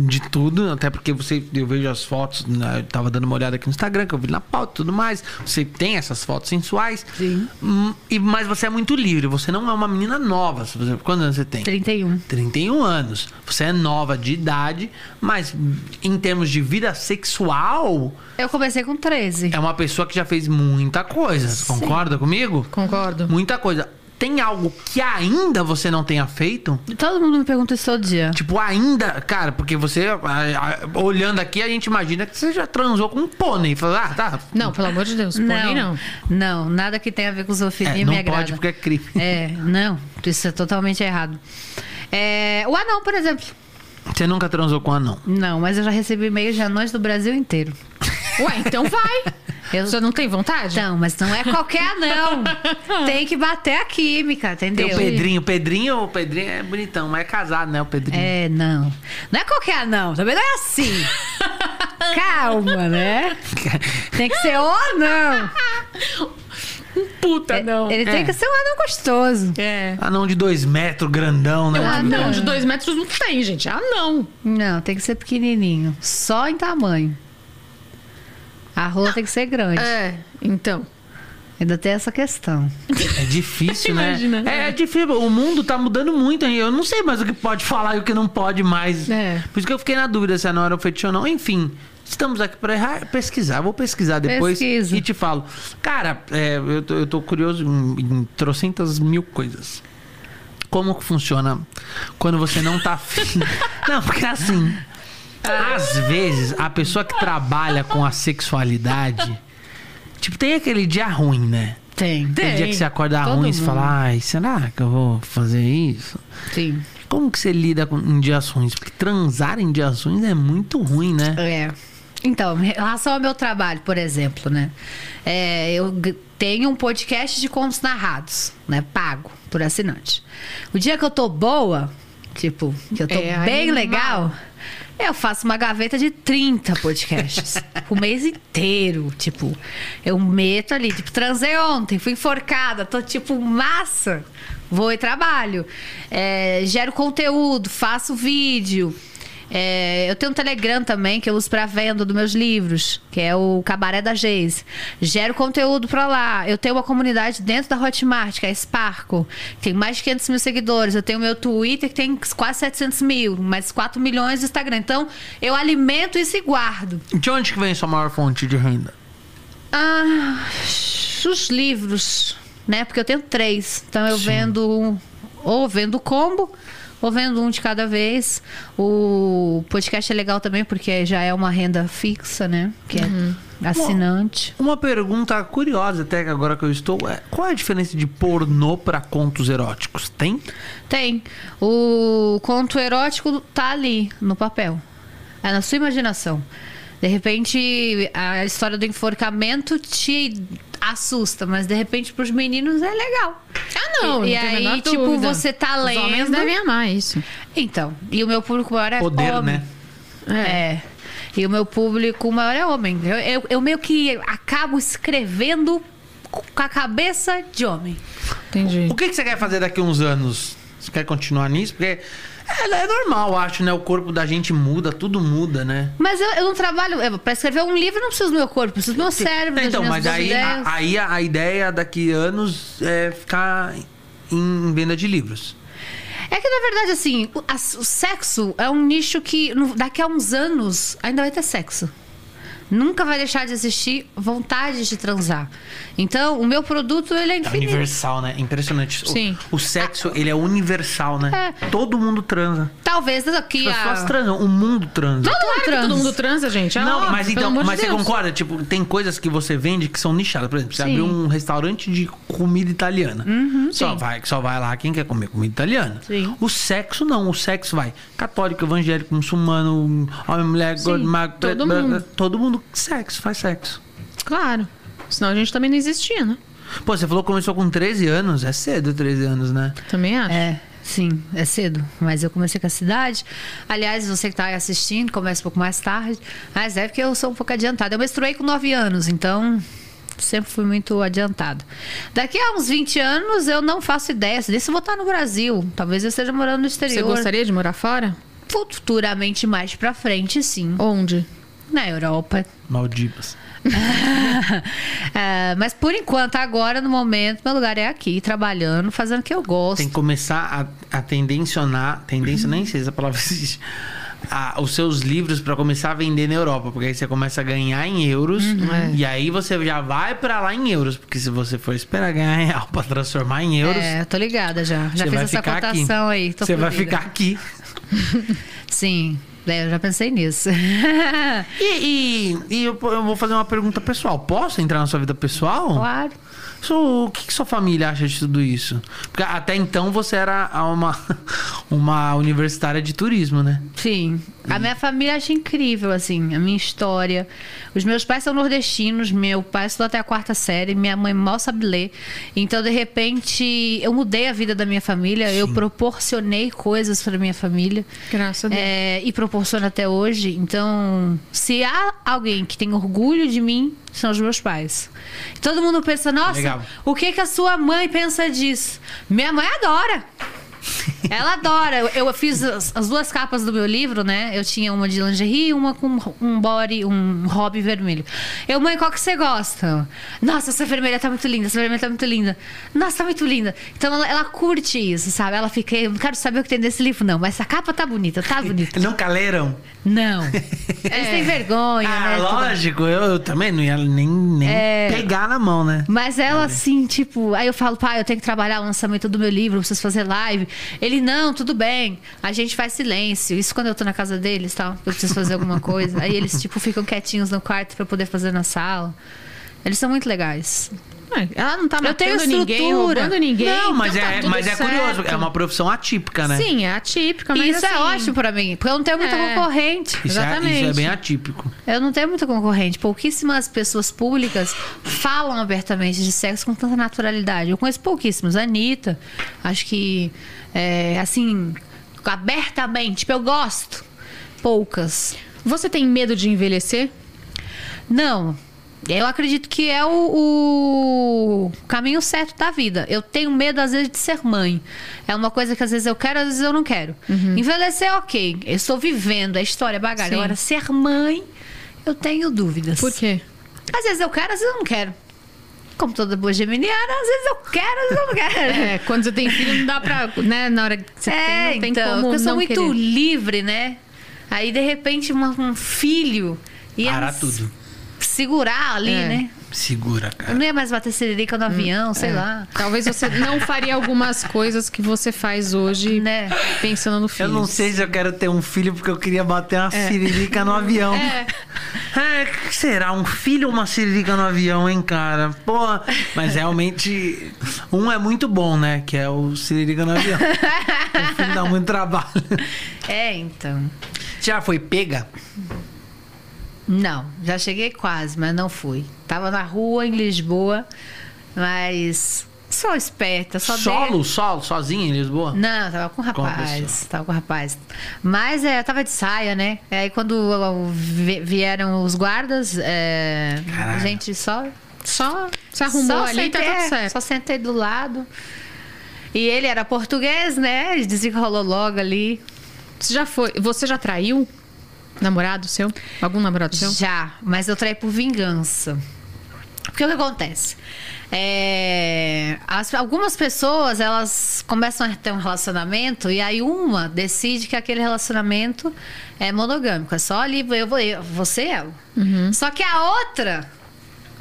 A: de tudo, até porque você, eu vejo as fotos, né, eu tava dando uma olhada aqui no Instagram, que eu vi na pauta e tudo mais. Você tem essas fotos sensuais. Sim. E, mas você é muito livre, você não é uma menina nova. Por exemplo, quantos anos você tem?
C: 31.
A: 31 anos. Você é nova de idade, mas em termos de vida sexual,
C: Eu comecei com 13.
A: é uma pessoa que já fez muita coisa. Concorda comigo?
B: Concordo.
A: Muita coisa. Tem algo que ainda você não tenha feito?
C: Todo mundo me pergunta isso todo dia.
A: Tipo, ainda, cara, porque você, a- a- olhando aqui, a gente imagina que você já transou com um pônei. Fala, ah, tá.
B: Não, pelo amor de Deus. Não. não.
C: Não, nada que tenha a ver com zoofilia
A: É,
C: me
A: não
C: agrada.
A: pode porque é crime.
C: É, não, isso é totalmente errado. É, o anão, por exemplo.
A: Você nunca transou com um anão.
C: Não, mas eu já recebi e-mail de anões do Brasil inteiro.
B: Ué, então vai.
C: Eu-
B: Você não tem vontade?
C: Não, mas não é qualquer anão. Tem que bater a química,
A: Tem o
C: entendeu?
A: Pedrinho. O Pedrinho, o Pedrinho é bonitão, mas é casado, né? O Pedrinho.
C: É, não. Não é qualquer anão, também não é assim. Calma, né? Tem que ser o anão.
B: Um Puta, não.
C: Ele
A: É.
C: tem que ser um anão gostoso.
B: É.
A: Anão de dois metros, grandão, né?
B: Ah, não, de dois metros não tem, gente. Ah, não.
C: Não, tem que ser pequenininho. Só em tamanho. A rola tem que ser grande.
B: É, então.
C: Ainda tem essa questão.
A: É difícil, né?
B: Imagina.
A: É, é difícil. O mundo tá mudando muito, hein? Eu não sei mais o que pode falar e o que não pode mais.
B: É.
A: Por isso que eu fiquei na dúvida se a Nora é um fetiche ou não. Enfim, estamos aqui pra errar- pesquisar. Vou pesquisar depois
C: Pesquisa.
A: e te falo. Cara, é, eu, tô, eu tô curioso em, em trocentas mil coisas. como que funciona quando você não tá afim. não, porque assim. Às vezes, a pessoa que trabalha com a sexualidade. Tipo, tem aquele dia ruim, né?
C: Tem.
A: Tem, dia que você acorda
C: Todo
A: ruim e você
C: mundo.
A: fala, ai, será que eu vou fazer isso?
C: Sim.
A: Como que você lida com em dias ruins? Porque transar em dias ruins é muito ruim, né?
C: É. Então, em relação ao meu trabalho, por exemplo, né? É, eu g- tenho um podcast de contos narrados, né? Pago por assinante. O dia que eu tô boa, tipo, que eu tô
B: É, aí
C: bem
B: não
C: legal, eu faço uma gaveta de 30 podcasts. o mês inteiro, tipo, eu meto ali, tipo, transei ontem, fui enforcada, tô tipo massa. Vou e trabalho. É, gero conteúdo, faço vídeo. É, eu tenho um Telegram também que eu uso pra venda dos meus livros, que é o Cabaré da Geis. Gero conteúdo pra lá. Eu tenho uma comunidade dentro da Hotmart, que é a Sparco. Tem mais de 500 mil seguidores. Eu tenho meu Twitter, que tem quase 700 mil, mais 4 milhões de Instagram. Então, eu alimento isso e guardo.
A: De onde que vem sua maior fonte de renda?
C: Ah, os livros, né? Porque eu tenho três. Então eu
A: Sim.
C: vendo um, ou vendo combo, ou vendo um de cada vez. O podcast é legal também porque já é uma renda fixa, né? Que é assinante.
A: Uma pergunta curiosa até que agora que eu estou é qual é a diferença de pornô pra contos eróticos? Tem?
C: Tem. O conto erótico tá ali, no papel. É na sua imaginação. De repente, a história do enforcamento te assusta, mas de repente pros meninos é legal.
B: Ah, não.
C: E, e
B: não tem a menor
C: aí, tipo,
B: dúvida.
C: você tá
B: Os homens
C: lendo.
B: devem amar isso.
C: Então, e o meu público maior é
A: Poder,
C: homem.
A: né?
C: É. E o meu público maior é homem. Eu, eu, eu meio que acabo escrevendo com a cabeça de homem.
B: Entendi.
A: O que, que você quer fazer daqui a uns anos? Você quer continuar nisso? Porque é, é normal, eu acho, né? O corpo da gente muda, tudo muda, né?
C: Mas eu, eu não trabalho. eu- Pra escrever um livro, eu não preciso do meu corpo, eu preciso do meu cérebro. das
A: então,
C: minhas
A: mas
C: boas
A: aí, a,
C: ideias.
A: aí a, a ideia daqui a anos é ficar em venda de livros.
C: É que, na verdade, assim, o, a- o sexo é um nicho que no- daqui a uns anos ainda vai ter sexo. Nunca vai deixar de existir vontade de transar. Então, o meu produto, ele é
A: É
C: infinito.
A: universal, né? Impressionante. O-
B: Sim.
A: O, sexo, ele é universal, né?
C: É.
A: Todo mundo transa.
C: Talvez daqui
A: As pessoas
C: a...
A: transam, o mundo transa.
C: Todo mundo transa.
B: Todo mundo transa, gente. É
A: Não,
B: óbvio,
A: mas
B: pelo
A: então,
B: amor de
A: mas você
B: Deus.
A: concorda? Tipo, tem coisas que você vende que são nichadas. Por exemplo, você
C: Sim.
A: abriu um restaurante de comida italiana.
B: Uhum,
A: só, vai, só vai lá quem quer comer comida italiana.
C: Sim.
A: O sexo não. O sexo vai católico, evangélico, muçulmano, homem, mulher, gordo, magro,
B: todo
A: preto, branco,
B: mundo.
A: todo mundo sexo, faz sexo.
B: Claro. Senão a gente também não existia, né?
A: Pô, você falou que começou com 13 anos. É cedo 13 anos, né?
B: Também acho.
C: É, sim, é cedo. Mas eu comecei com a cidade. Aliás, você que tá aí assistindo, começa um pouco mais tarde. Mas é porque eu sou um pouco adiantada. Eu menstruei com 9 anos, então sempre fui muito adiantado. Daqui a uns 20 anos eu não faço ideia. Se desse eu vou estar no Brasil. Talvez eu esteja morando no
B: Você
C: exterior.
B: gostaria de morar fora?
C: Futuramente mais pra frente, sim.
B: Onde?
C: Na Europa.
A: Maldivas.
C: É, mas por enquanto, agora, no momento, meu lugar é aqui, trabalhando, fazendo o que eu gosto.
A: Tem que começar a, a tendencionar, tendência, nem sei se a palavra existe, a- os seus livros pra começar a vender na Europa, porque aí você começa a ganhar em euros
C: Uhum.
A: e aí você já vai pra lá em euros, porque se você for esperar ganhar real pra transformar em euros,
C: É, tô ligada já. Já
A: você
C: fiz
A: vai
C: essa
A: ficar aqui.
C: cotação aí. tô
A: você vai
C: fodida.
A: ficar aqui.
C: Sim, é, eu já pensei nisso.
A: E, e- e eu, eu vou fazer uma pergunta pessoal. Posso entrar na sua vida pessoal?
C: claro.
A: Su- O que, que sua família acha de tudo isso? Porque até então você era uma, uma universitária de turismo, né?
C: Sim. A minha família acha incrível, assim, a minha história. Os meus pais são nordestinos, meu pai estudou até a quarta série, minha mãe mal sabe ler. Então, de repente, eu mudei a vida da minha família, eu proporcionei coisas para minha família.
B: Graças a Deus.
C: É, e proporciona até hoje. Então, se há alguém que tem orgulho de mim, são os meus pais. Todo mundo pensa, nossa,
A: Legal.
C: o que que a sua mãe pensa disso? Minha mãe adora. Ela adora. Eu, eu fiz as, as duas capas do meu livro, né? Eu tinha uma de lingerie e uma com um body, um hobby vermelho. Eu, mãe, qual que você gosta? Nossa, essa vermelha tá muito linda, essa vermelha tá muito linda. Nossa, tá muito linda. Então ela, ela curte isso, sabe? Ela fica, eu não quero saber o que tem nesse livro, não. Mas essa capa tá bonita, tá bonita.
A: Nunca leram?
C: Não. Eles têm vergonha,
A: Ah,
C: né? Tudo.
A: lógico, eu, eu também não ia nem, nem
C: É.
A: pegar na mão, né?
C: Mas ela, assim, tipo, aí eu falo, pai, eu tenho que trabalhar o lançamento do meu livro, preciso fazer live. Ele, não, tudo bem, a gente faz silêncio. Isso quando eu tô na casa deles tal, eu preciso fazer alguma coisa. aí eles, tipo, ficam quietinhos no quarto pra eu poder fazer na sala. Eles são muito legais.
B: Ué, Ela não tá
C: É, Eu tenho
B: matando ninguém,
C: estrutura.
B: roubando ninguém.
A: não, mas,
B: então tá
A: é,
B: tudo
A: mas é curioso,
B: certo.
A: é uma profissão atípica, né?
B: Sim, é atípica, mas
C: E isso é
B: assim,
C: ótimo pra mim, porque eu não tenho muita
B: É.
C: concorrente.
A: Isso é, isso é
B: exatamente.
A: bem atípico.
C: Eu não tenho muita concorrente. Pouquíssimas pessoas públicas falam abertamente de sexo com tanta naturalidade. Eu conheço pouquíssimas. Anitta, acho que, é, assim, abertamente, tipo, eu gosto. Poucas.
B: Você tem medo de envelhecer?
C: Não. Eu acredito que é o, o caminho certo da vida. Eu tenho medo, às vezes, de ser mãe. É uma coisa que às vezes eu quero, às vezes eu não quero. Envelhecer, ok. Eu estou vivendo a história, é bagulho.
B: Uhum. Sim.
C: Agora, ser mãe, eu tenho dúvidas.
B: Por quê?
C: Às vezes eu quero, às vezes eu não quero. Como toda boa geminiana, às vezes eu quero, às vezes eu não quero.
B: É, quando você tem filho, não dá pra. Né, na hora que você
C: É,
B: tem, não tem
C: então,
B: como.
C: porque eu sou
B: não
C: muito
B: querer.
C: livre, né? Aí, de repente, uma- um filho ia
A: Parar
C: me
A: tudo. É.
C: segurar ali,
B: É.
C: né?
A: Segura,
C: Eu
A: cara.
C: não ia mais bater siririca no avião, sei
B: É.
C: lá.
B: Talvez você não faria algumas coisas que você faz hoje
C: Né?
B: pensando no filho.
A: Eu não sei se eu quero ter um filho porque eu queria bater uma
B: É.
A: ciririca no avião. É. que será um filho ou uma ciririca no avião, hein, cara? Pô, mas realmente um é muito bom, né? Que é o ciririca no avião. o filho dá muito trabalho.
C: É, então.
A: Já foi pega?
C: Não, já cheguei quase, mas não fui. Tava na rua, em Lisboa, mas só esperta, só dei-
A: solo, solo, sozinho em Lisboa?
C: Não, tava com o
A: Com a
C: rapaz.
A: pessoa.
C: Tava com o rapaz. Mas é, eu tava de saia, né? Aí quando ó, vi- vieram os guardas, é,
A: Caralho.
C: a gente só.
B: Só se arrumou
C: só
B: ali, tá tudo
C: é,
B: certo.
C: Só sentei do lado. E ele era português, né? Ele desenrolou logo ali.
B: Você já foi. Você já traiu? Namorado seu? Algum namorado seu?
C: Já, mas eu traí por vingança. Porque o que acontece? É, as- algumas pessoas elas começam a ter um relacionamento e aí uma decide que aquele relacionamento é monogâmico. É só ali eu vou, eu, você e ela. Só que a outra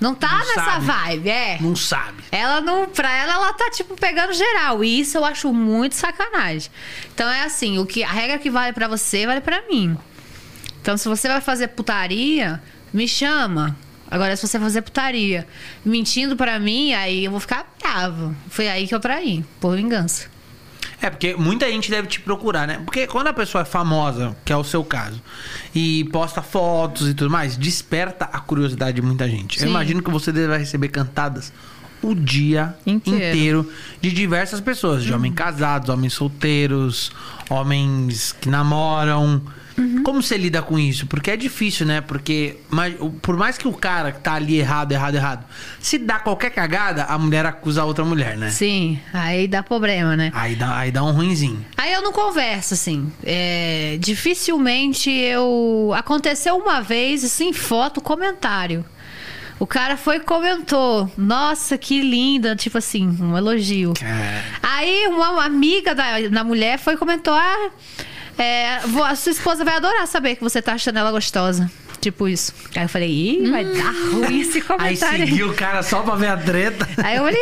C: não tá
A: Uhum. Não
C: nessa
A: sabe.
C: vibe, é.
A: Não sabe.
C: Ela não, pra ela, ela tá tipo pegando geral. E isso eu acho muito sacanagem. Então é assim, o que a regra que vale pra você vale pra mim. Então se você vai fazer putaria, me chama. Agora se você fazer putaria mentindo pra mim, aí eu vou ficar bravo. Foi aí que eu traí, por vingança.
A: É, porque muita gente deve te procurar, né? Porque quando a pessoa é famosa, que é o seu caso, e posta fotos e tudo mais, desperta a curiosidade de muita gente. Eu imagino que você deve receber cantadas o dia inteiro,
B: Inteiro.
A: de diversas pessoas. De homens casados, homens solteiros, homens que namoram. Como você lida com isso? Porque é difícil, né? Porque mas, o- por mais que o cara que tá ali errado, errado, errado, se dá qualquer cagada, a mulher acusa a outra mulher, né?
C: Sim, aí dá problema, né?
A: Aí dá, aí dá um ruinzinho.
C: Aí eu não converso, assim. É, dificilmente eu. Aconteceu uma vez, assim, foto, comentário. O cara foi e comentou. Nossa, que linda. Tipo assim, um elogio.
A: Cara.
C: Aí uma amiga da, da mulher foi e comentou: Ah, é, vo- a sua esposa vai adorar saber que você tá achando ela gostosa. Tipo isso. Aí eu falei, ih, vai dar ruim esse
A: Hum. Aí
C: comentário.
A: seguiu o cara só pra ver a treta.
C: Aí eu falei,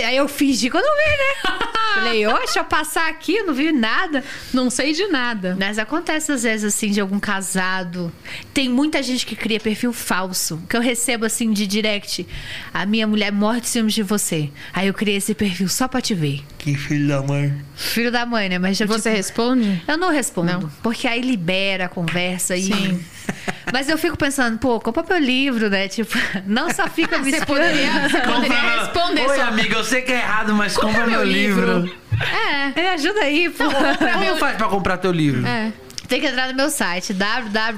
C: "Ih", aí eu fingi que eu não vi, né? Falei, oxe, deixa eu passar aqui, eu não vi nada.
B: Não sei de nada.
C: Mas acontece às vezes assim de algum casado. Tem muita gente que cria perfil falso. Que eu recebo assim de direct. A minha mulher morre de ciúmes de você. Aí eu criei esse perfil só pra te ver.
A: Que filho da mãe.
C: Filho da mãe, né? Mas eu,
B: Você
C: tipo,
B: responde?
C: eu não respondo.
B: Não.
C: Porque aí libera a conversa e.
B: Sim.
C: Mas eu fico pensando, pô, compra meu livro, né? Tipo, não só fica me
B: Você
C: espiando.
B: poderia, você poderia responder
A: Oi,
B: só.
A: amiga, eu sei que é errado, mas compra, meu, livro.
B: É.
C: Me ajuda aí, pô.
A: Como faz pra comprar teu livro?
B: É.
C: Tem que entrar no meu site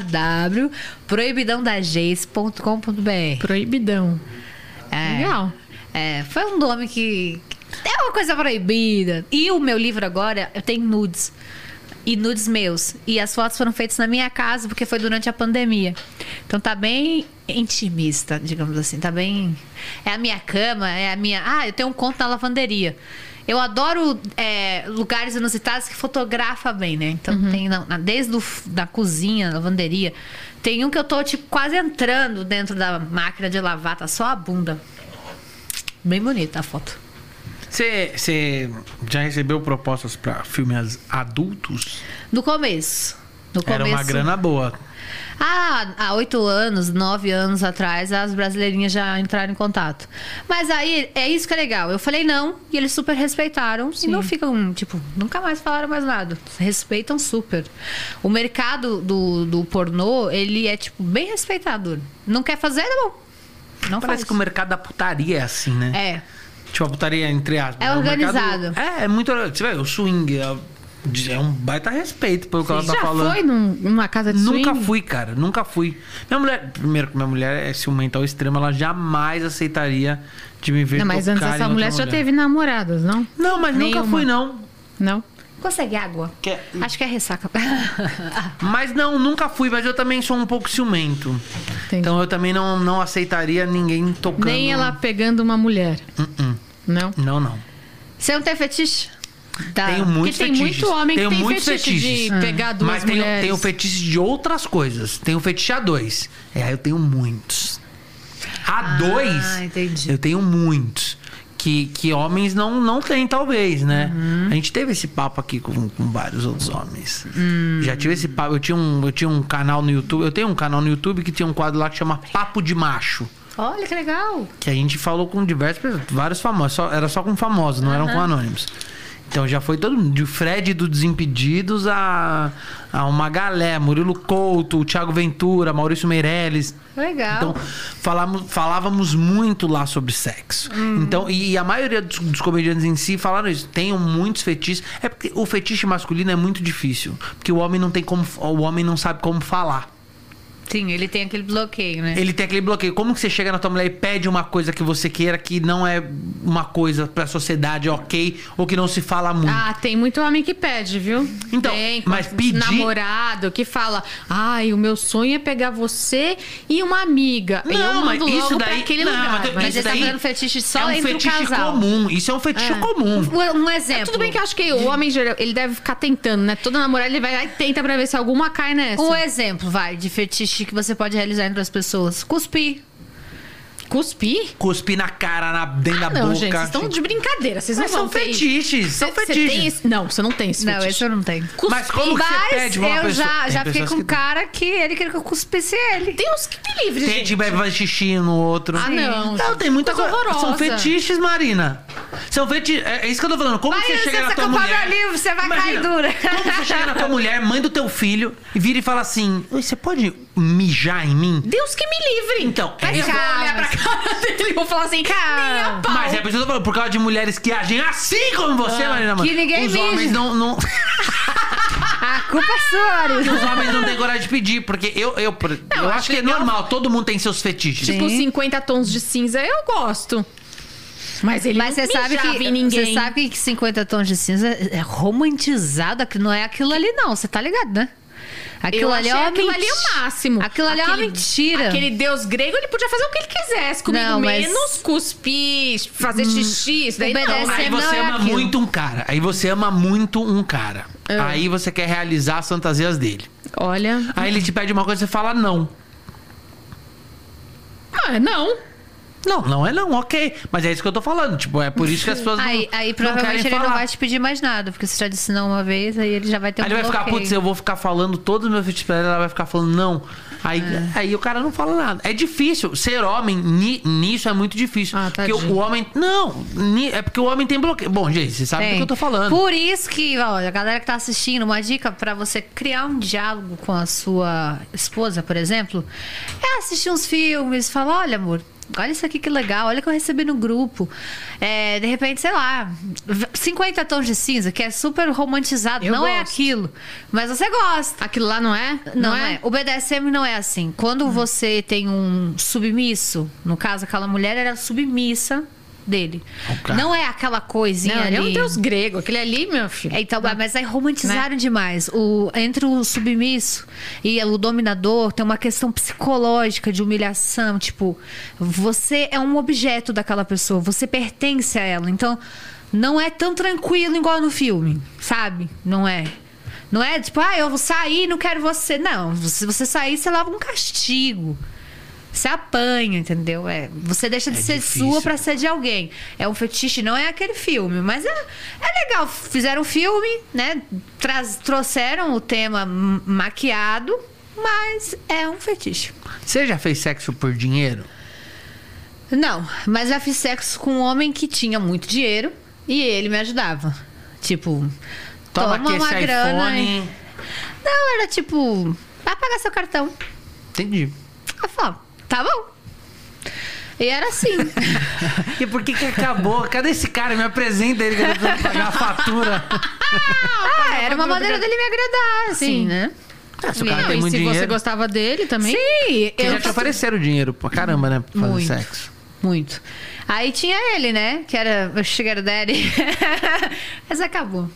C: www.proibidãodageis.com.br.
B: Proibidão.
C: É.
B: Legal.
C: É, foi um nome que, É uma coisa proibida. E o meu livro agora, eu tenho nudes. E nudes meus. E as fotos foram feitas na minha casa, porque foi durante a pandemia. Então tá bem intimista, digamos assim. Tá bem. É a minha cama, é a minha. Ah, eu tenho um conto na lavanderia. Eu adoro é, lugares inusitados que fotografa bem, né? Então tem na, na- desde o f- da cozinha, lavanderia. Tem um que eu tô tipo, quase entrando dentro da máquina de lavar, tá só a bunda. Bem bonita a foto.
A: Você você já recebeu propostas pra filmes adultos?
C: No começo. No começo.
A: Era uma grana boa.
C: Ah, há oito anos, nove anos atrás, as brasileirinhas já entraram em contato. Mas aí, é isso que é legal. Eu falei não, e eles super respeitaram. E não ficam, tipo, nunca mais falaram mais nada. Respeitam super. O mercado do, do pornô, ele é, tipo, bem respeitado. Não quer fazer, tá bom. Não
A: Parece que o
C: faz.
A: mercado da putaria é assim, né?
C: É.
A: Tipo, a putaria entre aspas. né?
C: É
A: O mercado-
C: organizado.
A: É, é muito. Você vê, o swing é, é um baita respeito pelo que ela tá
B: Já
A: falando.
B: foi num- numa casa de
A: Nunca
B: swing?
A: fui, cara. Nunca fui. Minha mulher, primeiro, que minha mulher é ciumenta ao extremo, ela jamais aceitaria de me ver
B: Não, mas antes
A: tocar em
B: essa
A: outra
B: mulher já teve namoradas, não?
A: Não, mas nunca
B: Nenhuma.
A: fui, não.
B: Não?
C: Consegue água?
A: Quer-
C: Acho que é ressaca.
A: Mas não, nunca fui, mas eu também sou um pouco ciumento.
B: Entendi.
A: Então eu também não, não aceitaria ninguém tocando.
B: Nem ela pegando uma mulher.
A: Uh-uh.
B: Não?
A: Não, não.
C: Você não tem fetiche?
B: Tá.
A: Tenho muitos
B: Porque tem
A: fetiches.
B: muito homem
A: Tenho
B: que tem
A: muitos
B: fetiche
A: fetiches. Hum.
B: de pegar duas
A: Mas tenho,
B: mulheres.
A: tenho fetiche de outras coisas. Tenho fetiche a dois. É, aí eu tenho muitos. A
B: Ah,
A: dois,
C: entendi.
A: eu tenho muitos. Que, que homens não, não têm, talvez, né?
B: Uhum.
A: A gente teve esse papo aqui com, com vários outros homens.
B: Hum.
A: Já tive esse papo. Eu tinha, um, eu tinha um canal no YouTube. Eu tenho um canal no YouTube que tinha um quadro lá que chama Papo de Macho.
C: Olha que legal.
A: Que a gente falou com diversos, pessoas, vários famosos. Só- era só com famosos, não eram com anônimos. Então já foi todo mundo. De Fred do Desimpedidos a, a uma galera. Murilo Couto, Thiago Ventura, Maurício Meirelles.
C: Legal.
A: Então, falamos, falávamos muito lá sobre sexo. Então, e, e a maioria dos, dos comediantes em si falaram isso. Tenham muitos fetiches. É porque o fetiche masculino é muito difícil. Porque o homem não tem como. O homem não sabe como falar.
C: Sim, ele tem aquele bloqueio, né?
A: Ele tem aquele bloqueio. Como que você chega na tua mulher e pede uma coisa que você queira que não é uma coisa pra sociedade ok ou que não se fala muito?
B: Ah, tem muito homem que pede, viu?
A: Então,
B: tem,
A: mas
B: com
A: pedir-
B: namorado que fala: "Ai, o meu sonho é pegar você e uma amiga". E eu
A: Não,
B: mando
A: mas
B: logo
A: isso
B: pra
A: daí-
B: aquele
A: não,
B: lugar.
A: mas-
B: Mas
C: Mas
A: Isso
C: ele tá
A: daí
C: fazendo fetiche
A: é
C: só
A: um
C: entre o
A: fetiche
C: casal.
A: comum. Isso é um fetiche comum.
C: Um um
A: é
C: exemplo.
B: Ah, tudo bem que é eu acho que o homem geral, ele deve ficar tentando, né? Toda namorada ele vai lá e tenta pra ver se alguma cai nessa.
C: Um exemplo, vai, de fetiche que você pode realizar entre as pessoas. Cuspir.
B: Cuspir?
A: Cuspir na cara, na, dentro da
B: Ah, não,
A: boca.
B: gente, vocês estão de brincadeira. Vocês não
A: Mas são
B: vão ter isso.
A: fetiches, são
B: Cê- cê
A: fetiches.
B: tem esse- tipo Não, você não tem esse
C: Não,
B: fetiche.
C: esse eu não tenho.
A: Mas como que você
C: Mas
A: pede pra uma
C: eu
A: pessoa?
C: já,
A: Tem
C: já fiquei
A: pessoas
C: com um
A: que-
C: cara que ele queria que eu cuspisse ele.
B: Tem uns que me livre,
A: Tem de
B: gente.
A: beber xixi um no outro.
B: Ah, não.
A: Não,
B: gente.
A: tem muita coisa.
B: horrorosa.
C: um
A: São fetiches, Marina. São fetiches. É, é isso que eu tô falando. Como
C: Vai,
A: você chega na tua
C: licença, que eu pago
A: mulher...
C: a livro, você vai cair dura.
A: Como você chega na tua mulher, mãe do teu filho, e vira e fala assim... "Oi, Você pode mijar em mim?
B: Deus que me livre.
A: Então, é isso.
C: calma.
B: cara dele e vou falar assim, nem a pau.
A: Mas é por isso que eu tô falando, por causa de mulheres que agem assim como você, Marina. Mano.
C: Ah, que ninguém
A: Os
C: mija.
A: homens não, não-
C: A culpa é sua, Ari.
A: os homens não têm coragem de pedir, porque eu, eu, eu acho,
B: acho
A: que é
B: legal.
A: normal. Todo mundo tem seus fetiches.
B: Tipo,
C: Sim.
B: 50 tons de cinza, eu gosto. Mas ele
C: Mas
B: não
C: você sabe
B: mijava
C: que
B: em ninguém.
C: você sabe que 50 tons de cinza é romantizado, que não é aquilo ali não, você tá ligado, né? Aquilo
B: eu
C: ali é
B: achei
C: uma
B: aquilo ali
C: menti-
B: o máximo.
C: Aquilo ali é uma
B: Aquele-
C: mentira.
B: Aquele deus grego, ele podia fazer o que ele quisesse. Comigo
C: Não, mas- Hum,
B: menos cuspir, fazer xixi. Isso daí não,
C: obedece
B: né?
A: Aí
C: Não
A: você
C: é
A: ama
C: aquilo. Ah.
A: muito um cara. Aí você ama muito um cara. Aí você quer realizar as fantasias dele.
B: Olha...
A: Aí ele te pede uma coisa e você fala não.
B: Ah, não.
A: Não, não é não, ok. Mas é isso que eu tô falando. Tipo, é por isso que as pessoas
C: Aí,
A: não,
C: aí
A: não
C: provavelmente
A: querem
C: ele não
A: falar.
C: vai te pedir mais nada, porque você já disse não uma vez, aí ele já vai ter
A: Aí
C: um
A: ele vai ficar,
C: bloqueio.
A: putz, eu vou ficar falando todos os meus fetiches pra ela, ela vai ficar falando não. Aí,
C: É.
A: aí o cara não fala nada. É difícil. Ser homem ni- nisso é muito difícil.
B: Ah,
A: porque o,
B: tadinho.
A: o homem. Não, ni- é porque o homem tem bloqueio. Bom, gente, você sabe é do
C: Tem.
A: que eu tô falando.
C: Por isso que, ó, a galera que tá assistindo, uma dica pra você criar um diálogo com a sua esposa, por exemplo, é assistir uns filmes, falar, olha, amor, olha isso aqui que legal, olha o que eu recebi no grupo. É, de repente, sei lá, v- 50 tons de cinza, que é super romantizado,
B: Eu
C: não é
B: gosto.
C: aquilo, mas você gosta.
B: Aquilo lá não é?
C: Não, é? O BDSM não é assim. Quando você tem um submisso, no caso aquela mulher era submissa dele.
A: Opa.
C: Não é aquela coisinha
B: Não,
C: ali.
B: ele é um deus grego. Aquele ali, meu filho.
C: É, Então, mas aí romantizaram demais. O, entre o submisso e o dominador tem uma questão psicológica de humilhação. Tipo, você é um objeto daquela pessoa, você pertence a ela. Então, não é tão tranquilo igual no filme, sabe? Não é. Não é tipo, ah, eu vou sair, não quero você. Não, se você sair, você leva um castigo. Você apanha, entendeu? É, você deixa de
A: É
C: ser
A: difícil.
C: sua pra ser de alguém. É um fetiche, não é aquele filme, mas é, é legal. Fizeram o filme, né? Traz- trouxeram o tema m- maquiado, mas é um fetiche.
A: Você já fez sexo por dinheiro?
C: Não, mas já fiz sexo com um homem que tinha muito dinheiro e ele me ajudava. Tipo,
A: Toma
C: toma,
A: aqui
C: uma
A: esse
C: grana.
A: iPhone.
C: e- Não, era tipo, vai pagar seu cartão.
A: Entendi.
C: Eu falava, tá bom. E era assim.
A: E por que que acabou? Cadê esse cara? Me apresenta ele que eu tô precisando pagar a fatura.
C: Ah, era uma maneira dele me agradar, assim,
B: Sim.
C: né?
A: Ah, se o cara
B: Não,
A: tem
B: e
A: muito
B: se você
A: dinheiro...
B: gostava dele também.
C: Sim,
A: Eu
C: eu
A: já te
B: assim,
A: ofereceram dinheiro pra caramba, né? Pra fazer
C: Muito.
A: sexo.
C: Muito. Aí tinha ele, né? Que era o Sugar Daddy. Mas acabou.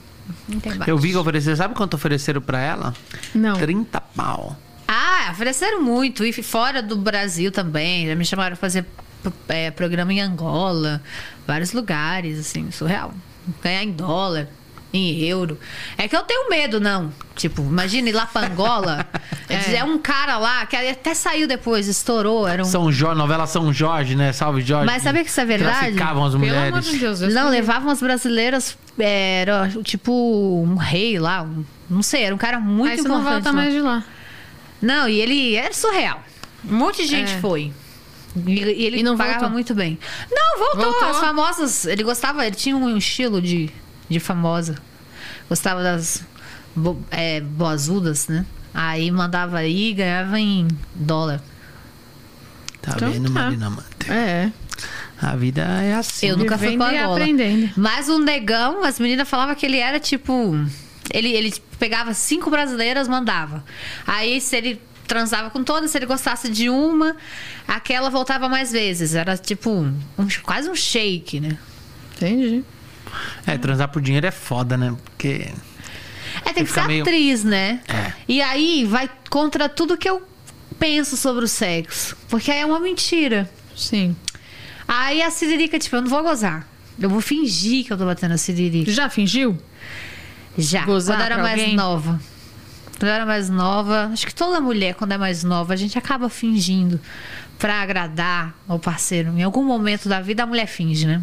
C: Não tem mais.
A: Eu vi que ofereceram... Sabe quanto ofereceram pra ela?
B: Não.
A: 30 pau.
C: Ah, ofereceram muito. E fora do Brasil também. Já me chamaram pra fazer p- é, programa em Angola. Vários lugares, assim. Surreal. Ganhar em dólar. Em euro. É que eu tenho medo, não. Tipo, imagina ir lá pra Angola. é. um cara lá que até saiu depois, estourou. Era um
A: São Jorge, novela São Jorge, né? Salve Jorge.
C: Mas sabe que isso é verdade?
A: Traficavam as
B: Pelo amor
A: mulheres.
B: de Deus. eu
C: Não,
B: sei.
C: levavam as brasileiras. Era tipo um rei lá. um- não sei, era um cara muito
B: Aí você Ah, não
C: importante.
B: volta
C: lá.
B: mais de lá.
C: Não, e ele era surreal. Um monte de gente
B: É.
C: foi. E, e ele
B: E não
C: pagava
B: voltou?
C: muito bem. Não, voltou,
B: Voltou?
C: As famosas. Ele gostava, ele tinha um estilo de, de famosa. Gostava das bo, é, boazudas, né? Aí mandava aí e ganhava em dólar.
A: Tá
B: Então
A: vendo,
B: tá.
A: Marina Mante?
B: É.
A: A vida é assim.
C: Eu nunca fui
B: Vivendo
C: pra
B: e
C: Angola.
B: aprendendo.
C: Mas o negão, as meninas falavam que ele era tipo. Ele, ele pegava cinco brasileiras, mandava. Aí se ele transava com todas, se ele gostasse de uma, aquela voltava mais vezes. Era tipo um, um- quase um shake, né?
B: Entendi.
A: É, transar por dinheiro é foda, né? Porque.
C: É, tem que
A: Fica
C: ser
A: meio-
C: atriz, né?
A: É.
C: E aí vai contra tudo que eu penso sobre o sexo. Porque aí é uma mentira.
B: Sim.
C: Aí a Siririca, tipo, eu não vou gozar. Eu vou fingir que eu tô batendo a Siririca.
B: Já fingiu?
C: Já.
B: Gozar
C: quando eu era
B: pra
C: mais
B: alguém?
C: nova. Quando eu era mais nova, acho que toda mulher, quando é mais nova, a gente acaba fingindo pra agradar ao parceiro. Em algum momento da vida, a mulher finge, né?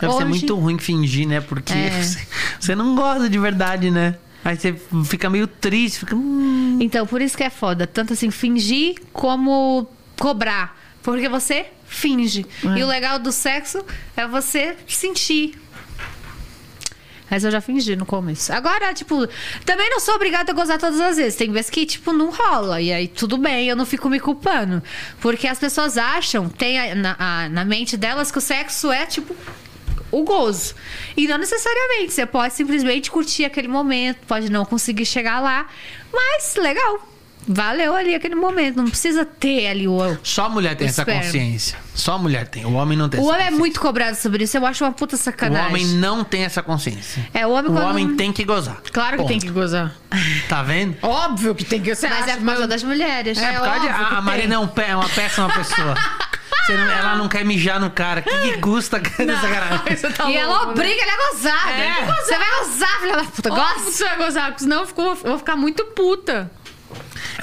A: Deve ser
C: Hoje-
A: muito ruim fingir, né? Porque
C: É.
A: você- você não gosta de verdade, né? Aí você fica meio triste, fica. "Hum,
C: Então, por isso que é foda. Tanto assim, fingir como cobrar. Porque você finge. E o legal do sexo é você sentir. Mas eu já fingi no começo. Agora, tipo, também não sou obrigada a gozar todas as vezes. Tem vezes que, tipo, não rola. E aí, tudo bem, eu não fico me culpando. Porque as pessoas acham, tem a- na, a- na mente delas, que o sexo é, tipo, o gozo. E não necessariamente. Você pode simplesmente curtir aquele momento, pode não conseguir chegar lá. Mas, legal. Valeu ali aquele momento. Não precisa ter ali o.
A: Só a mulher tem essa
C: Espero.
A: consciência. Só a mulher tem. O homem não tem
C: O
A: essa
C: homem é
A: consciência.
C: muito cobrado sobre isso. Eu acho uma
A: O
C: puta
A: homem
C: sacanagem.
A: não tem essa consciência.
C: É, o homem
A: O
C: quando.
A: homem tem que gozar.
B: Claro que tem que
A: Ponto.
B: gozar.
A: Tá vendo?
B: Óbvio que tem que gozar.
C: Mas é por causa das mulheres.
A: É, por causa de,
B: óbvio que
A: a, a
B: tem.
A: Marina é, um pé- é uma péssima pessoa. Você não- ela não quer mijar no cara. Que, que custa dessa cara?
B: tá
C: E
A: né?
C: ela
B: obriga.
C: obriga ele a gozar. né?
B: É.
C: Você vai gozar, filha da puta.
B: né? Óbvio
C: Gosta?
B: que você vai gozar, porque senão eu, fico, eu vou ficar muito puta.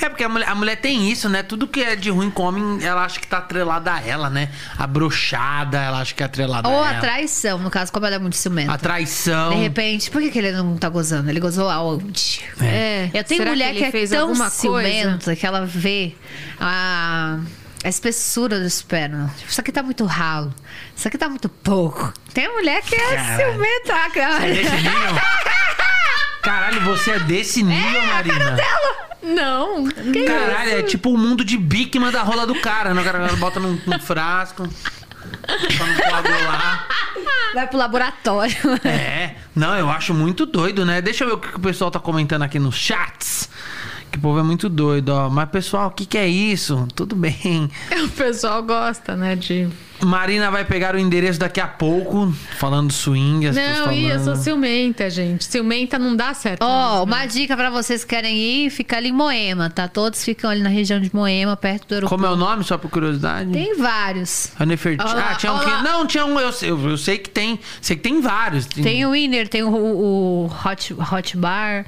A: É porque a mulher, a mulher tem isso, né? Tudo que é de ruim com homem, ela acha que tá atrelada a ela, né? A brochada, ela acha que é atrelada
C: Ou
A: a
C: a
A: ela.
C: traição, no caso, como ela é muito ciumenta.
A: A traição.
C: De repente, por que, que ele não tá gozando? Ele gozou aonde?
B: É.
C: Eu tenho
B: Será
C: mulher
B: ele
C: que, é
B: fez
C: tão
B: alguma
C: ciumenta
B: coisa?
C: que ela vê a, a espessura dos pernas. Tipo, Isso aqui tá muito ralo. Isso aqui tá muito pouco. Tem mulher que é
A: Caralho.
C: ciumenta, cara.
A: Desse nível? Caralho, você é desse nível, Marina.
B: Não.
A: Caralho, é tipo o mundo de Bikman da rola do cara, né? O cara bota num, num frasco. Pra não coagular.
C: Vai pro laboratório.
A: É. Não, eu acho muito doido, né? Deixa eu ver o que que o pessoal tá comentando aqui nos chats. Que o povo é muito doido, ó. Mas, pessoal, o que, que é isso? Tudo bem.
B: O pessoal gosta, né, de
A: Marina vai pegar o endereço daqui a pouco, falando swing. as pessoas
B: Não,
A: falando.
B: e eu sou ciumenta, gente. Ciumenta não dá certo.
C: Ó, uma dica pra vocês que querem ir, fica ali em Moema, tá? Todos ficam ali na região de Moema, perto do aeroporto.
A: Como é o nome, só por curiosidade?
C: Tem vários.
A: A Nefertiti.
B: Olha lá,
A: Ah, tinha um
B: olha
A: que.
B: lá.
A: Não, tinha um. Eu, sei- eu, eu sei que tem. Sei que tem vários.
C: Tem o Inner, tem o, o hot, hot Bar.